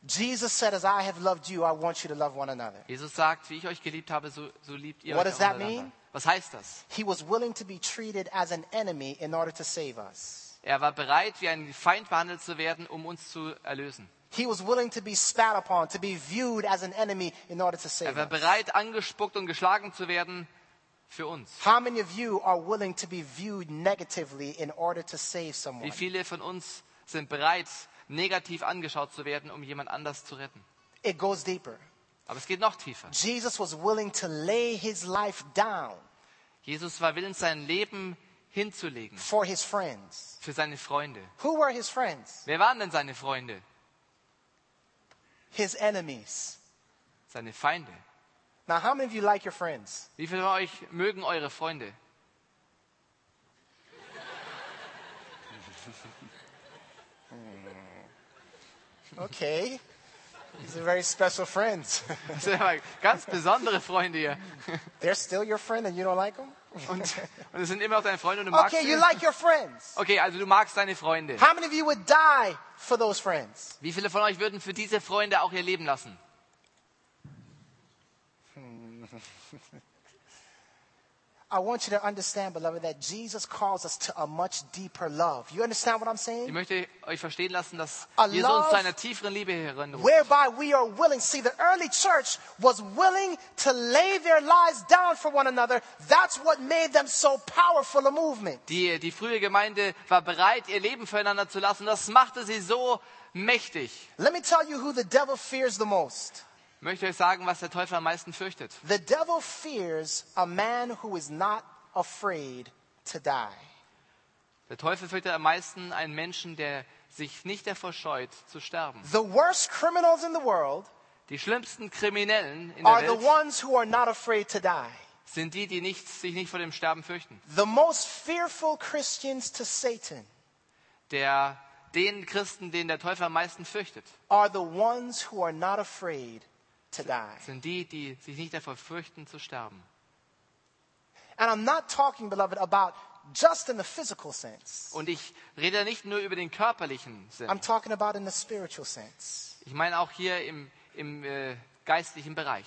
Speaker 1: Jesus said, As I have loved you, I want you to love one another.
Speaker 2: Jesus sagt, wie ich euch geliebt habe, so, so liebt ihr
Speaker 1: What
Speaker 2: euch
Speaker 1: does that
Speaker 2: untereinander.
Speaker 1: mean?
Speaker 2: Was heißt das?
Speaker 1: He was willing to be treated as an enemy in order to save us.
Speaker 2: Er war bereit, wie ein Feind behandelt zu werden, um uns zu erlösen.
Speaker 1: He was willing to be spat upon, to be viewed as an enemy in order to
Speaker 2: Er
Speaker 1: save
Speaker 2: war
Speaker 1: us.
Speaker 2: bereit, angespuckt und geschlagen zu werden für uns.
Speaker 1: How many of you are willing to be viewed negatively in order to save someone?
Speaker 2: Wie viele von uns sind bereit, negativ angeschaut zu werden, um jemand anders zu retten?
Speaker 1: It goes deeper.
Speaker 2: Aber es geht noch tiefer.
Speaker 1: Jesus was willing to lay his life down
Speaker 2: Jesus war willens, sein Leben hinzulegen
Speaker 1: for his friends.
Speaker 2: für seine Freunde.
Speaker 1: Who were his friends?
Speaker 2: Wer waren denn seine Freunde?
Speaker 1: His enemies.
Speaker 2: Seine Feinde.
Speaker 1: Now, how many of you like your friends?
Speaker 2: Wie viele von euch mögen eure Freunde?
Speaker 1: Okay. These are very special friends.
Speaker 2: Das sind aber ganz besondere Freunde hier.
Speaker 1: They're still your friend and you don't like them?
Speaker 2: Und, und es sind immer noch deine Freunde und du magst
Speaker 1: Okay, you
Speaker 2: sie.
Speaker 1: like your friends.
Speaker 2: Okay, also du magst deine Freunde.
Speaker 1: How many of you would die for those friends?
Speaker 2: Wie viele von euch würden für diese Freunde auch ihr Leben lassen?
Speaker 1: I want you to understand, beloved, that Jesus calls us to a much deeper love. You understand what I'm
Speaker 2: Ich
Speaker 1: saying?
Speaker 2: möchte euch verstehen lassen, dass
Speaker 1: A
Speaker 2: Jesus uns
Speaker 1: love-
Speaker 2: zu einer tieferen Liebe heranruft.
Speaker 1: Whereby we are willing. See, the early church was willing to lay their lives down for one another. That's what made them so powerful a movement.
Speaker 2: Die, die frühe Gemeinde war bereit, ihr Leben füreinander zu lassen. Das machte sie so mächtig.
Speaker 1: Let me tell you who the devil fears the most.
Speaker 2: Ich möchte euch sagen, was der Teufel am meisten fürchtet.
Speaker 1: The devil fears a man who is not afraid to die.
Speaker 2: Der Teufel fürchtet am meisten einen Menschen, der sich nicht davor scheut, zu sterben.
Speaker 1: The worst criminals in the world
Speaker 2: Die schlimmsten Kriminellen in
Speaker 1: are
Speaker 2: der
Speaker 1: the
Speaker 2: Welt
Speaker 1: ones who are not afraid to die.
Speaker 2: sind die, die nicht, sich nicht vor dem Sterben fürchten.
Speaker 1: The most fearful Christians to Satan
Speaker 2: Der, den Christen, den der Teufel am meisten fürchtet,
Speaker 1: are the ones who are not afraid to die.
Speaker 2: sind die, die sich nicht davor fürchten, zu sterben.
Speaker 1: And I'm not talking, beloved, about just in the physical sense.
Speaker 2: Und ich rede nicht nur über den körperlichen
Speaker 1: I'm
Speaker 2: Sinn.
Speaker 1: talking about in the spiritual sense.
Speaker 2: Ich meine auch hier im, im äh, geistlichen Bereich.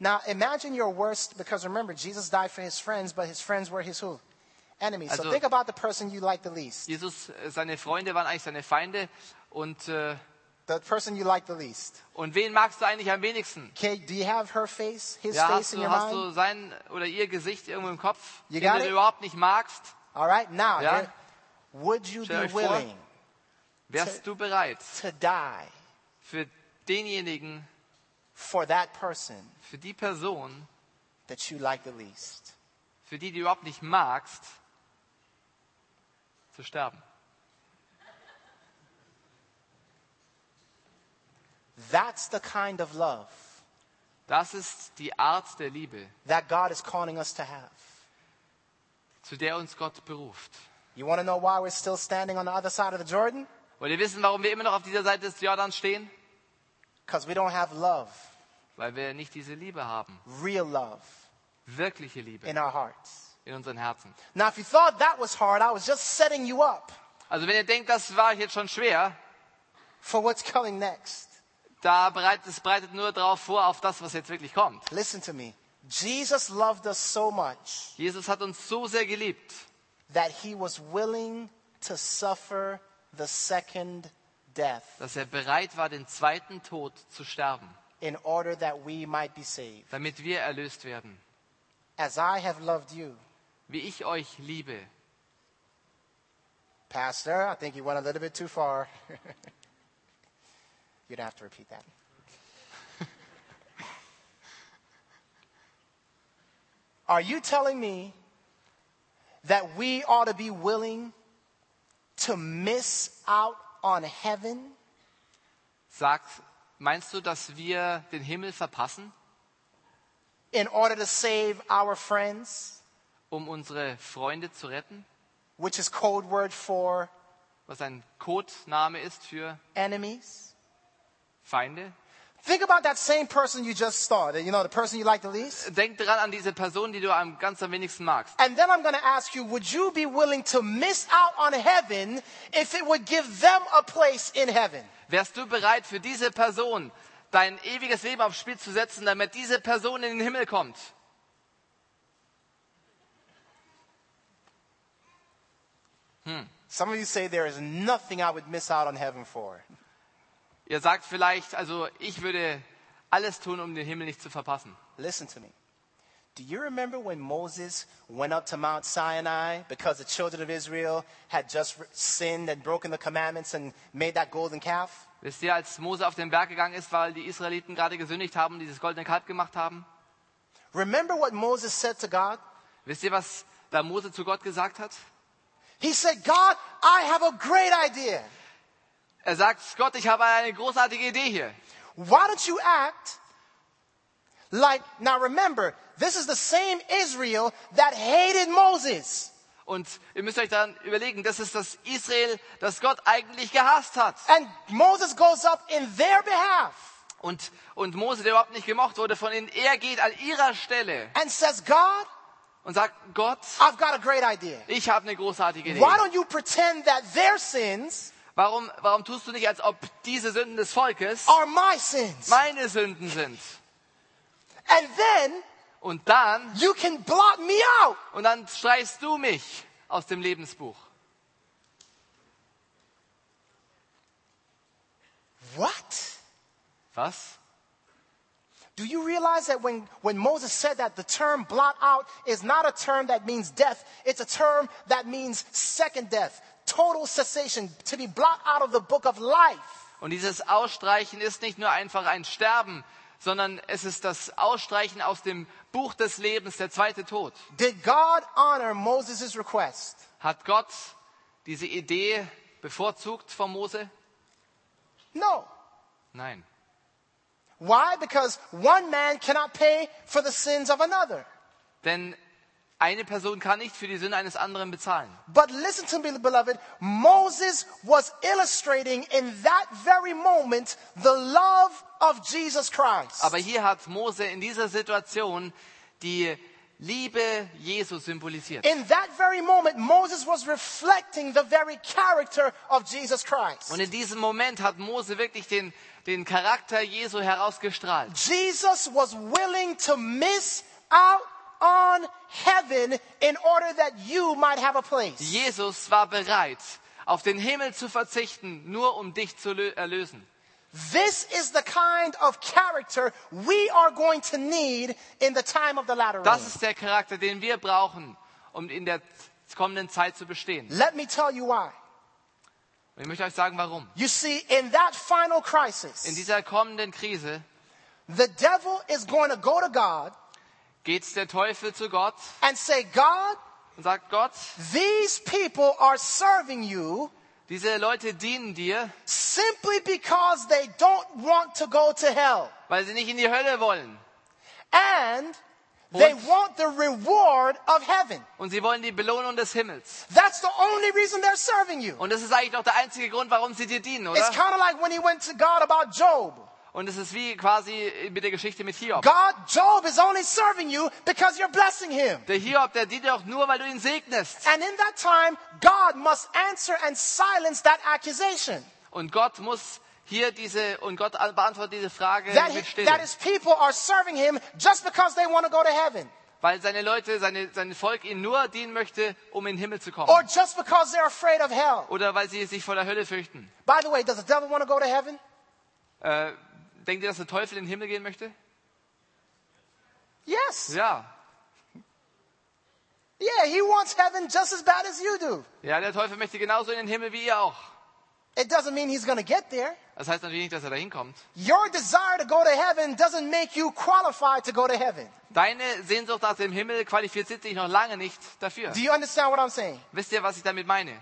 Speaker 1: Now imagine your worst, because remember, Jesus died for his friends, but his friends were his who? Enemies. So
Speaker 2: Also-
Speaker 1: think about the person you like the least.
Speaker 2: Jesus, äh, seine Freunde waren eigentlich seine Feinde. Und, äh,
Speaker 1: The person you like the least.
Speaker 2: und wen magst du eigentlich am wenigsten?
Speaker 1: Okay, do you have her face, his
Speaker 2: Ja,
Speaker 1: face
Speaker 2: hast
Speaker 1: in your
Speaker 2: du, hast
Speaker 1: mind?
Speaker 2: du sein oder ihr Gesicht irgendwo im Kopf,
Speaker 1: You
Speaker 2: den
Speaker 1: got
Speaker 2: du
Speaker 1: it?
Speaker 2: überhaupt nicht magst?
Speaker 1: All right, now,
Speaker 2: Ja.
Speaker 1: here- would you
Speaker 2: Stell
Speaker 1: be
Speaker 2: euch vor.
Speaker 1: willing
Speaker 2: Wärst du bereit,
Speaker 1: to die
Speaker 2: für denjenigen,
Speaker 1: for that person
Speaker 2: für die Person,
Speaker 1: that you like the least?
Speaker 2: für die du überhaupt nicht magst, zu sterben?
Speaker 1: That's the kind of love
Speaker 2: Das ist die Art der Liebe,
Speaker 1: that God is calling us to have.
Speaker 2: zu der uns Gott beruft.
Speaker 1: You want to know why we're still standing on the other side of the Jordan?
Speaker 2: Wollt ihr wissen, warum wir immer noch auf dieser Seite des Jordans stehen?
Speaker 1: Because we don't have love,
Speaker 2: Weil wir nicht diese Liebe haben,
Speaker 1: real love,
Speaker 2: wirkliche Liebe
Speaker 1: in our hearts.
Speaker 2: in unseren Herzen.
Speaker 1: Now, if you thought that was hard, I was just setting you up
Speaker 2: Also wenn ihr denkt, das war jetzt schon schwer,
Speaker 1: for what's coming next.
Speaker 2: da bereitet es bereitet nur darauf vor, auf das, was jetzt wirklich kommt.
Speaker 1: Listen to me. Jesus loved us so much
Speaker 2: Jesus hat uns so sehr geliebt,
Speaker 1: that he was willing to suffer the second death
Speaker 2: dass er bereit war, den zweiten Tod zu sterben,
Speaker 1: in order that we might be saved.
Speaker 2: damit wir erlöst werden.
Speaker 1: As I have loved you.
Speaker 2: Wie ich euch liebe.
Speaker 1: Pastor, I think you went a little bit too far. You'd have to repeat that. Are you telling me that we ought to be willing to miss out on heaven
Speaker 2: Sagt, meinst du, dass wir den Himmel verpassen,
Speaker 1: in order to save our friends,
Speaker 2: um unsere Freunde zu retten?
Speaker 1: which is code word for
Speaker 2: Was ein Codename ist für
Speaker 1: enemies?
Speaker 2: Feinde?
Speaker 1: Think about that same person you just saw, that you know, the person you like the least.
Speaker 2: Denk dran an diese Person, die du am ganz am wenigsten magst.
Speaker 1: And then I'm going to ask you, would you be willing to miss out on heaven if it would give them a place in heaven?
Speaker 2: Wärst du bereit, für diese Person dein ewiges Leben aufs Spiel zu setzen, damit diese Person in den Himmel kommt?
Speaker 1: Some of you say there is nothing I would miss out on heaven for.
Speaker 2: Ihr sagt vielleicht, also ich würde alles tun, um den Himmel nicht zu verpassen.
Speaker 1: Listen to me. Do you remember when Moses went up to Mount Sinai because the children of Israel had just sinned and broken the commandments and made that golden calf?
Speaker 2: Wisst ihr, als Mose auf den Berg gegangen ist, weil die Israeliten gerade gesündigt haben, und dieses goldene Kalb gemacht haben?
Speaker 1: Remember what Moses said to God?
Speaker 2: Wisst ihr, was da Mose zu Gott gesagt hat?
Speaker 1: He said, God, I have a great idea.
Speaker 2: Er sagt, Gott, ich habe eine großartige Idee hier.
Speaker 1: Why don't you act like, now remember, this is the same Israel that hated Moses
Speaker 2: Und ihr müsst euch dann überlegen, das ist das Israel, das Gott eigentlich gehasst hat.
Speaker 1: and Moses goes up in their behalf
Speaker 2: Und, und Mose, der überhaupt nicht gemocht wurde von ihnen, er geht an ihrer Stelle
Speaker 1: and says, God,
Speaker 2: und sagt, Gott,
Speaker 1: I've got a great idea.
Speaker 2: ich habe eine großartige Idee.
Speaker 1: Why don't you pretend that their sins
Speaker 2: Warum, warum tust du nicht, als ob diese Sünden
Speaker 1: Oh.
Speaker 2: des Volkes
Speaker 1: are my sins?
Speaker 2: meine Sünden sind?
Speaker 1: And then
Speaker 2: Und dann,
Speaker 1: You can blot me out.
Speaker 2: und dann streichst du mich aus dem Lebensbuch.
Speaker 1: What?
Speaker 2: Was?
Speaker 1: Do you realize that when, when Moses said that the term blot out is not a term that means death, it's a term that means second death, total cessation, to be blot out of the book of life.
Speaker 2: Und dieses Ausstreichen ist nicht nur einfach ein Sterben, sondern es ist das Ausstreichen aus dem Buch des Lebens, der zweite Tod.
Speaker 1: Did God honor Moses' request?
Speaker 2: Hat Gott diese Idee bevorzugt von Mose?
Speaker 1: No.
Speaker 2: Nein.
Speaker 1: Why? Because one man cannot pay for the sins of another.
Speaker 2: Denn eine Person kann nicht für die Sünde eines anderen bezahlen.
Speaker 1: But listen to me, beloved. Moses was illustrating in that very moment the love of Jesus Christ.
Speaker 2: Aber hier hat Mose in dieser Situation die Liebe Jesu symbolisiert.
Speaker 1: In that very moment, Moses was reflecting the very character of Jesus Christ.
Speaker 2: Und in diesem Moment hat Mose wirklich den, den Charakter Jesu herausgestrahlt.
Speaker 1: Jesus was willing to miss out on heaven in order that you might have a place.
Speaker 2: Jesus war bereit, auf den Himmel zu verzichten, nur um dich zu lö- erlösen.
Speaker 1: This is the kind of character we are going to need in the time of the latter rain.
Speaker 2: Das ist der Charakter, den wir brauchen, um in der kommenden Zeit zu bestehen.
Speaker 1: Let me tell you why.
Speaker 2: Und ich möchte euch sagen, warum.
Speaker 1: You see, in that final
Speaker 2: In
Speaker 1: crisis,
Speaker 2: dieser kommenden Krise
Speaker 1: the devil is going to go to God
Speaker 2: geht der Teufel zu Gott
Speaker 1: and say, God,
Speaker 2: und sagt, Gott,
Speaker 1: these people are serving you
Speaker 2: diese Leute dienen dir,
Speaker 1: simply because they don't want to go to hell.
Speaker 2: weil sie nicht in die Hölle wollen.
Speaker 1: And they
Speaker 2: Und-
Speaker 1: want the reward of heaven.
Speaker 2: Und sie wollen die Belohnung des Himmels.
Speaker 1: That's the only reason they're serving you.
Speaker 2: Und das ist eigentlich auch der einzige Grund, warum sie dir dienen,
Speaker 1: It's
Speaker 2: oder?
Speaker 1: kind of like when he went to God about Job.
Speaker 2: Und es ist wie quasi mit der Geschichte mit Hiob.
Speaker 1: God, Job is only serving you because you're blessing him.
Speaker 2: Der Hiob, der dient dir doch nur, weil du ihn segnest.
Speaker 1: And in that time, God must answer and silence that accusation
Speaker 2: Und Gott muss hier diese, und Gott beantwortet diese Frage
Speaker 1: that,
Speaker 2: mit
Speaker 1: he,
Speaker 2: Stille.
Speaker 1: that his people are serving him just because they want to go to heaven
Speaker 2: Weil seine Leute, seine, sein Volk ihn nur dienen möchte, um in den Himmel zu kommen.
Speaker 1: or just because they're afraid of hell.
Speaker 2: Oder weil sie sich vor der Hölle fürchten.
Speaker 1: By the way, does the devil want to go to heaven?
Speaker 2: Äh, denkt ihr, dass der Teufel in den Himmel gehen möchte?
Speaker 1: Yes.
Speaker 2: Ja.
Speaker 1: Yeah, he wants heaven just as bad as you do.
Speaker 2: Ja, der Teufel möchte genauso in den Himmel wie ihr auch.
Speaker 1: It doesn't mean he's going to get there.
Speaker 2: Das heißt natürlich nicht, dass er da hinkommt.
Speaker 1: Your desire to go to heaven doesn't make you qualified to go to heaven.
Speaker 2: Deine Sehnsucht nach dem Himmel qualifiziert dich noch lange nicht dafür.
Speaker 1: Do you understand what I'm saying?
Speaker 2: Wisst ihr, was ich damit meine?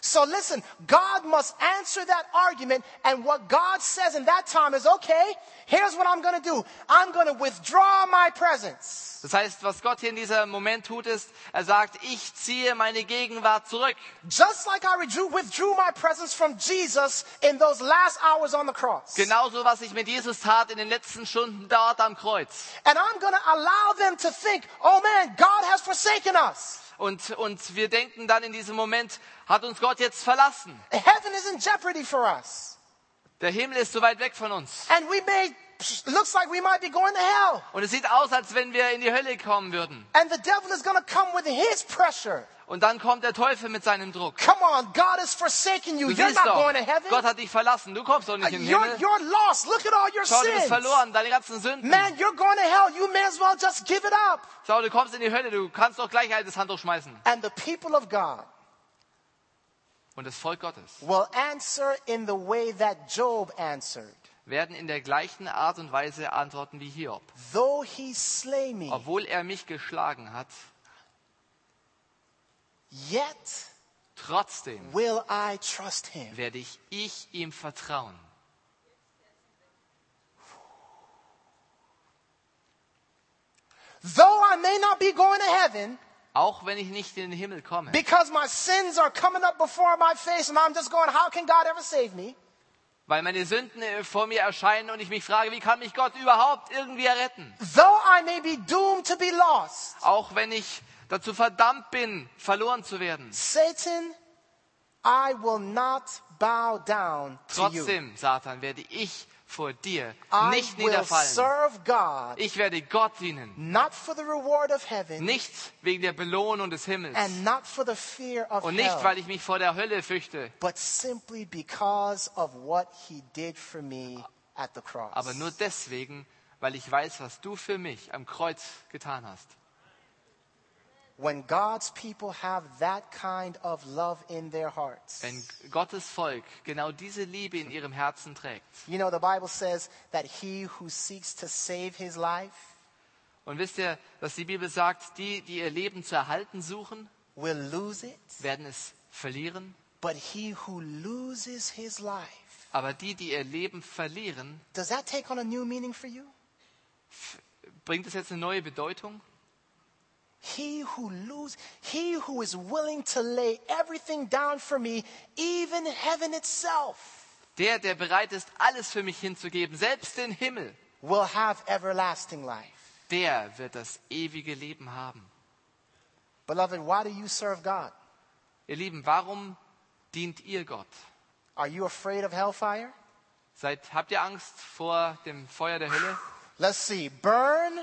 Speaker 1: So listen, God must answer that argument, and what God says in that time is, okay, here's what I'm gonna do. I'm gonna withdraw my presence.
Speaker 2: Das heißt, was Gott hier in diesem Moment tut, ist, er sagt, ich ziehe meine Gegenwart zurück.
Speaker 1: Just like I withdrew, withdrew my presence from Jesus in those last hours on the cross.
Speaker 2: Genauso, was ich mit Jesus tat in den letzten Stunden dort am Kreuz.
Speaker 1: And I'm gonna allow them to think, oh man, God has forsaken us.
Speaker 2: Und, und wir denken dann in diesem Moment, hat uns Gott jetzt verlassen?
Speaker 1: Heaven is in jeopardy for us.
Speaker 2: Der Himmel ist so weit weg von uns.
Speaker 1: And we may, looks like we might be going to hell.
Speaker 2: Und es sieht aus, als wenn wir in die Hölle kommen würden.
Speaker 1: And the devil is gonna come with his pressure.
Speaker 2: Und dann kommt der Teufel mit seinem Druck.
Speaker 1: Come on, God has forsaken you.
Speaker 2: Du
Speaker 1: You're
Speaker 2: siehst
Speaker 1: not
Speaker 2: doch,
Speaker 1: going to heaven. Uh,
Speaker 2: Gott hat dich verlassen. Du kommst doch nicht in den
Speaker 1: You're,
Speaker 2: Himmel.
Speaker 1: you're lost. Look at all your
Speaker 2: Schau, du bist
Speaker 1: sins.
Speaker 2: verloren, deine ganzen Sünden.
Speaker 1: Man, you're going to hell. You may as well just give it up.
Speaker 2: Schau, du kommst in die Hölle, du kannst doch gleich altes Handtuch schmeißen.
Speaker 1: And the people of God
Speaker 2: Und das Volk Gottes
Speaker 1: will answer in the way that Job answered.
Speaker 2: werden in der gleichen Art und Weise antworten wie Hiob.
Speaker 1: Though he slay me,
Speaker 2: Obwohl er mich geschlagen hat,
Speaker 1: yet
Speaker 2: trotzdem
Speaker 1: will I trust him.
Speaker 2: werde ich, ich ihm vertrauen.
Speaker 1: Though I may not be going to heaven
Speaker 2: Auch wenn ich nicht in den Himmel komme.
Speaker 1: because my sins are coming up before my face and I'm just going, how can God ever save me?
Speaker 2: Weil meine Sünden äh, vor mir erscheinen und ich mich frage, wie kann mich Gott überhaupt irgendwie retten?
Speaker 1: Though I may be doomed to be lost,
Speaker 2: Auch wenn ich dazu verdammt bin, verloren zu werden.
Speaker 1: Satan, I will not bow down to you.
Speaker 2: Trotzdem, Satan, werde ich vor dir
Speaker 1: I
Speaker 2: nicht
Speaker 1: will
Speaker 2: niederfallen.
Speaker 1: serve God,
Speaker 2: Ich werde Gott dienen,
Speaker 1: not for the reward of heaven
Speaker 2: nicht wegen der Belohnung des Himmels
Speaker 1: and not for the fear of
Speaker 2: und nicht,
Speaker 1: hell,
Speaker 2: weil ich mich vor der Hölle fürchte,
Speaker 1: but simply because of what He did for me at the cross.
Speaker 2: aber nur deswegen, weil ich weiß, was du für mich am Kreuz getan hast.
Speaker 1: When God's people have that kind of love in their hearts,
Speaker 2: Wenn Gottes Volk genau diese Liebe in ihrem Herzen trägt.
Speaker 1: you know, the Bible says that he who seeks to save his life
Speaker 2: Und wisst ihr, was die Bibel sagt? Die, die ihr Leben zu erhalten suchen,
Speaker 1: will lose it,
Speaker 2: werden es verlieren.
Speaker 1: but he who loses his life.
Speaker 2: Aber die, die ihr Leben verlieren,
Speaker 1: Does that take on a new meaning for you?
Speaker 2: bringt es jetzt eine neue Bedeutung?
Speaker 1: He who lose, he who is willing to lay everything down for me, even heaven itself,
Speaker 2: Der, der bereit ist, alles für mich hinzugeben, selbst den Himmel,
Speaker 1: will have everlasting life.
Speaker 2: der wird das ewige Leben haben.
Speaker 1: Beloved, why do you serve God?
Speaker 2: Ihr Lieben, warum dient ihr Gott?
Speaker 1: Are you afraid of hellfire?
Speaker 2: Seid, habt ihr Angst vor dem Feuer der Hölle?
Speaker 1: Let's see, burn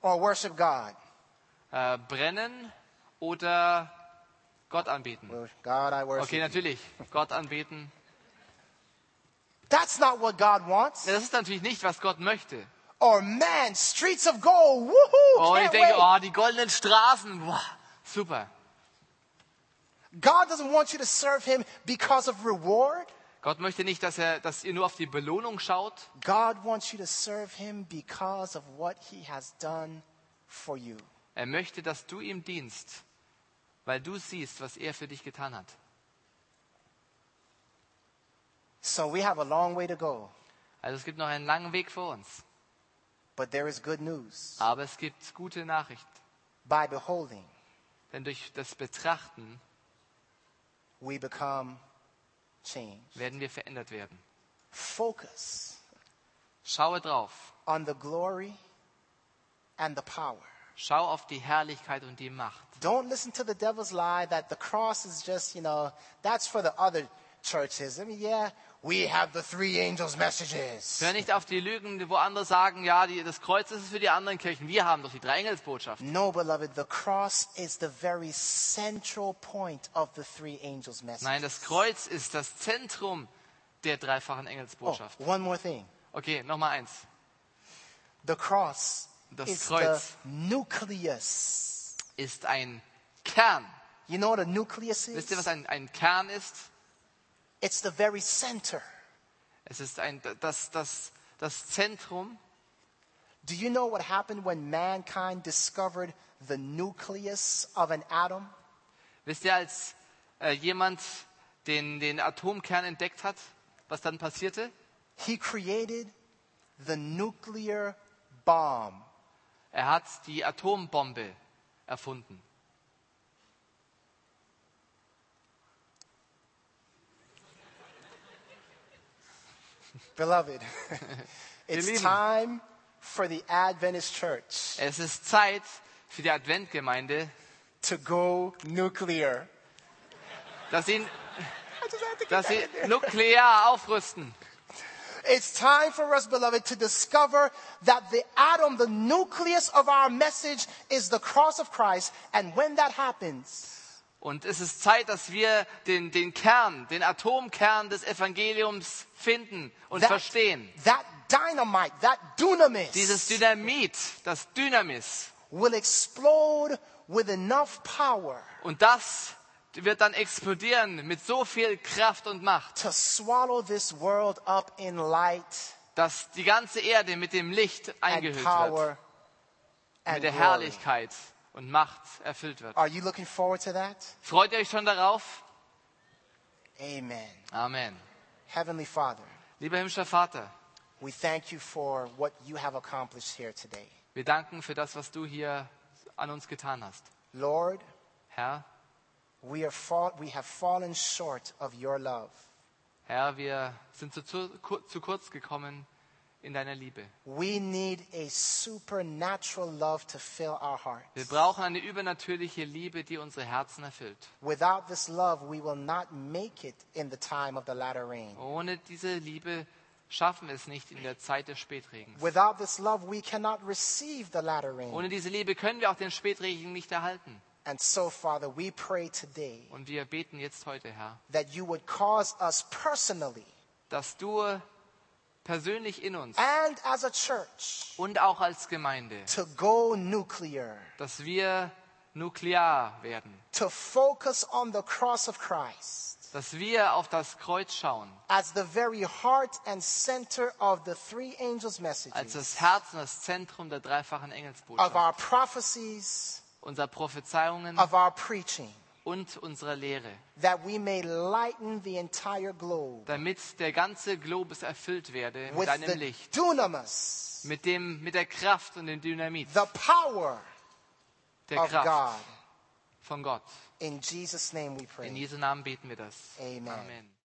Speaker 1: or worship God?
Speaker 2: Äh, brennen oder Gott anbeten?
Speaker 1: God, I worship.
Speaker 2: Okay,
Speaker 1: you.
Speaker 2: natürlich, Gott anbeten.
Speaker 1: That's not what God wants.
Speaker 2: Ja, Das ist natürlich nicht, was Gott möchte.
Speaker 1: Or man, streets of gold, woohoo!
Speaker 2: Oh, ich
Speaker 1: can't
Speaker 2: denke,
Speaker 1: wait.
Speaker 2: oh, die goldenen Straßen, wow, super.
Speaker 1: God doesn't want you to serve Him because of reward.
Speaker 2: Gott möchte nicht, dass, er, dass ihr nur auf die Belohnung schaut.
Speaker 1: God wants you to serve Him because of what He has done for you.
Speaker 2: Er möchte, dass du ihm dienst, weil du siehst, was er für dich getan hat.
Speaker 1: So we have a long way to go,
Speaker 2: Also es gibt noch einen langen Weg vor uns,
Speaker 1: but there is good news.
Speaker 2: aber es gibt gute Nachricht.
Speaker 1: By beholding,
Speaker 2: Denn durch das Betrachten
Speaker 1: we become changed.
Speaker 2: werden wir verändert werden.
Speaker 1: Focus
Speaker 2: Schaue drauf.
Speaker 1: on the glory and the power.
Speaker 2: Schau auf die Herrlichkeit und die Macht.
Speaker 1: Don't listen to the devil's lie that the cross is just, you know, that's for the other churches. I mean, yeah, we have the three angels' messages.
Speaker 2: Hör nicht auf die Lügen, wo andere sagen, ja, die, das Kreuz ist es für die anderen Kirchen. Wir haben doch die Dreiengelsbotschaft.
Speaker 1: No, beloved, the cross is the very central point of the three angels' message.
Speaker 2: Nein, das Kreuz ist das Zentrum der dreifachen
Speaker 1: Oh,
Speaker 2: Engelsbotschaft.
Speaker 1: one more thing.
Speaker 2: Okay, nochmal eins.
Speaker 1: The cross
Speaker 2: Das
Speaker 1: is
Speaker 2: Kreuz.
Speaker 1: the nucleus.
Speaker 2: Ist ein Kern.
Speaker 1: You know what a nucleus
Speaker 2: Wisst ihr, was
Speaker 1: is?
Speaker 2: ein, ein Kern ist?
Speaker 1: It's the very center.
Speaker 2: Es ist ein, das, das, das Zentrum.
Speaker 1: Do you know what happened when mankind discovered the nucleus of an atom?
Speaker 2: Wisst ihr, als äh, jemand den, den Atomkern entdeckt hat, was dann passierte?
Speaker 1: He created the nuclear bomb.
Speaker 2: Er hat die Atombombe erfunden.
Speaker 1: Beloved,
Speaker 2: Ihr
Speaker 1: it's
Speaker 2: Lieben.
Speaker 1: time for the Adventist church
Speaker 2: Es ist Zeit für die Adventgemeinde,
Speaker 1: to go nuclear.
Speaker 2: dass sie,
Speaker 1: I just had to get
Speaker 2: dass
Speaker 1: that
Speaker 2: sie
Speaker 1: in there.
Speaker 2: nuklear aufrüsten.
Speaker 1: It's time for us, beloved, to discover that the atom, the nucleus of our message is the cross of Christ. And when that happens,
Speaker 2: Und es ist Zeit, dass wir den, den Kern, den Atomkern des Evangeliums finden und
Speaker 1: that,
Speaker 2: verstehen.
Speaker 1: that dynamite, that dunamis
Speaker 2: Dieses Dynamit, das Dynamis.
Speaker 1: will explode with enough power
Speaker 2: Und das wird dann explodieren mit so viel Kraft und Macht,
Speaker 1: to swallow this world up in light
Speaker 2: dass die ganze Erde mit dem Licht
Speaker 1: and
Speaker 2: eingehüllt wird,
Speaker 1: power
Speaker 2: mit
Speaker 1: and
Speaker 2: der
Speaker 1: glory.
Speaker 2: Herrlichkeit und Macht erfüllt wird.
Speaker 1: Are you looking forward to that?
Speaker 2: Freut ihr euch schon darauf?
Speaker 1: Amen.
Speaker 2: Amen.
Speaker 1: Heavenly Father,
Speaker 2: Lieber himmlischer Vater,
Speaker 1: we thank you for what you have accomplished here today.
Speaker 2: wir danken für das, was du hier an uns getan hast.
Speaker 1: Lord,
Speaker 2: Herr,
Speaker 1: we, are fall- we have fallen short of your love.
Speaker 2: Herr, wir sind zu, zu, ku- zu kurz gekommen in deiner Liebe.
Speaker 1: We need a supernatural love to fill our
Speaker 2: Wir
Speaker 1: hearts.
Speaker 2: brauchen eine übernatürliche Liebe, die unsere Herzen erfüllt.
Speaker 1: Without this love, we will not make it in the time of the latter rain.
Speaker 2: Ohne diese Liebe schaffen es nicht in der Zeit des Spätregens.
Speaker 1: Without this love, we cannot receive the latter rain.
Speaker 2: Ohne diese Liebe können wir auch den Spätregen nicht erhalten.
Speaker 1: And so, Father, we pray today
Speaker 2: Und wir beten jetzt heute, Herr,
Speaker 1: that you would cause us personally
Speaker 2: dass du persönlich in uns
Speaker 1: and as a church
Speaker 2: und auch als Gemeinde,
Speaker 1: to go nuclear,
Speaker 2: dass wir nuklear werden,
Speaker 1: to focus on the cross of Christ
Speaker 2: dass wir auf das Kreuz schauen,
Speaker 1: as the very heart and center of the three angels'
Speaker 2: als
Speaker 1: messages,
Speaker 2: das Herz und das Zentrum der dreifachen
Speaker 1: of
Speaker 2: Engelsbotschaft,
Speaker 1: our prophecies,
Speaker 2: unserer Prophezeiungen
Speaker 1: of our preaching,
Speaker 2: und unserer Lehre,
Speaker 1: that we may lighten the entire globe
Speaker 2: damit der ganze Globus erfüllt werde mit
Speaker 1: with
Speaker 2: deinem
Speaker 1: the
Speaker 2: Licht,
Speaker 1: dunamis,
Speaker 2: mit, dem, mit der Kraft und dem Dynamit
Speaker 1: the power
Speaker 2: der
Speaker 1: of God.
Speaker 2: Kraft von Gott.
Speaker 1: In Jesus' name we pray.
Speaker 2: In Jesu Namen beten wir das.
Speaker 1: Amen.
Speaker 2: Amen.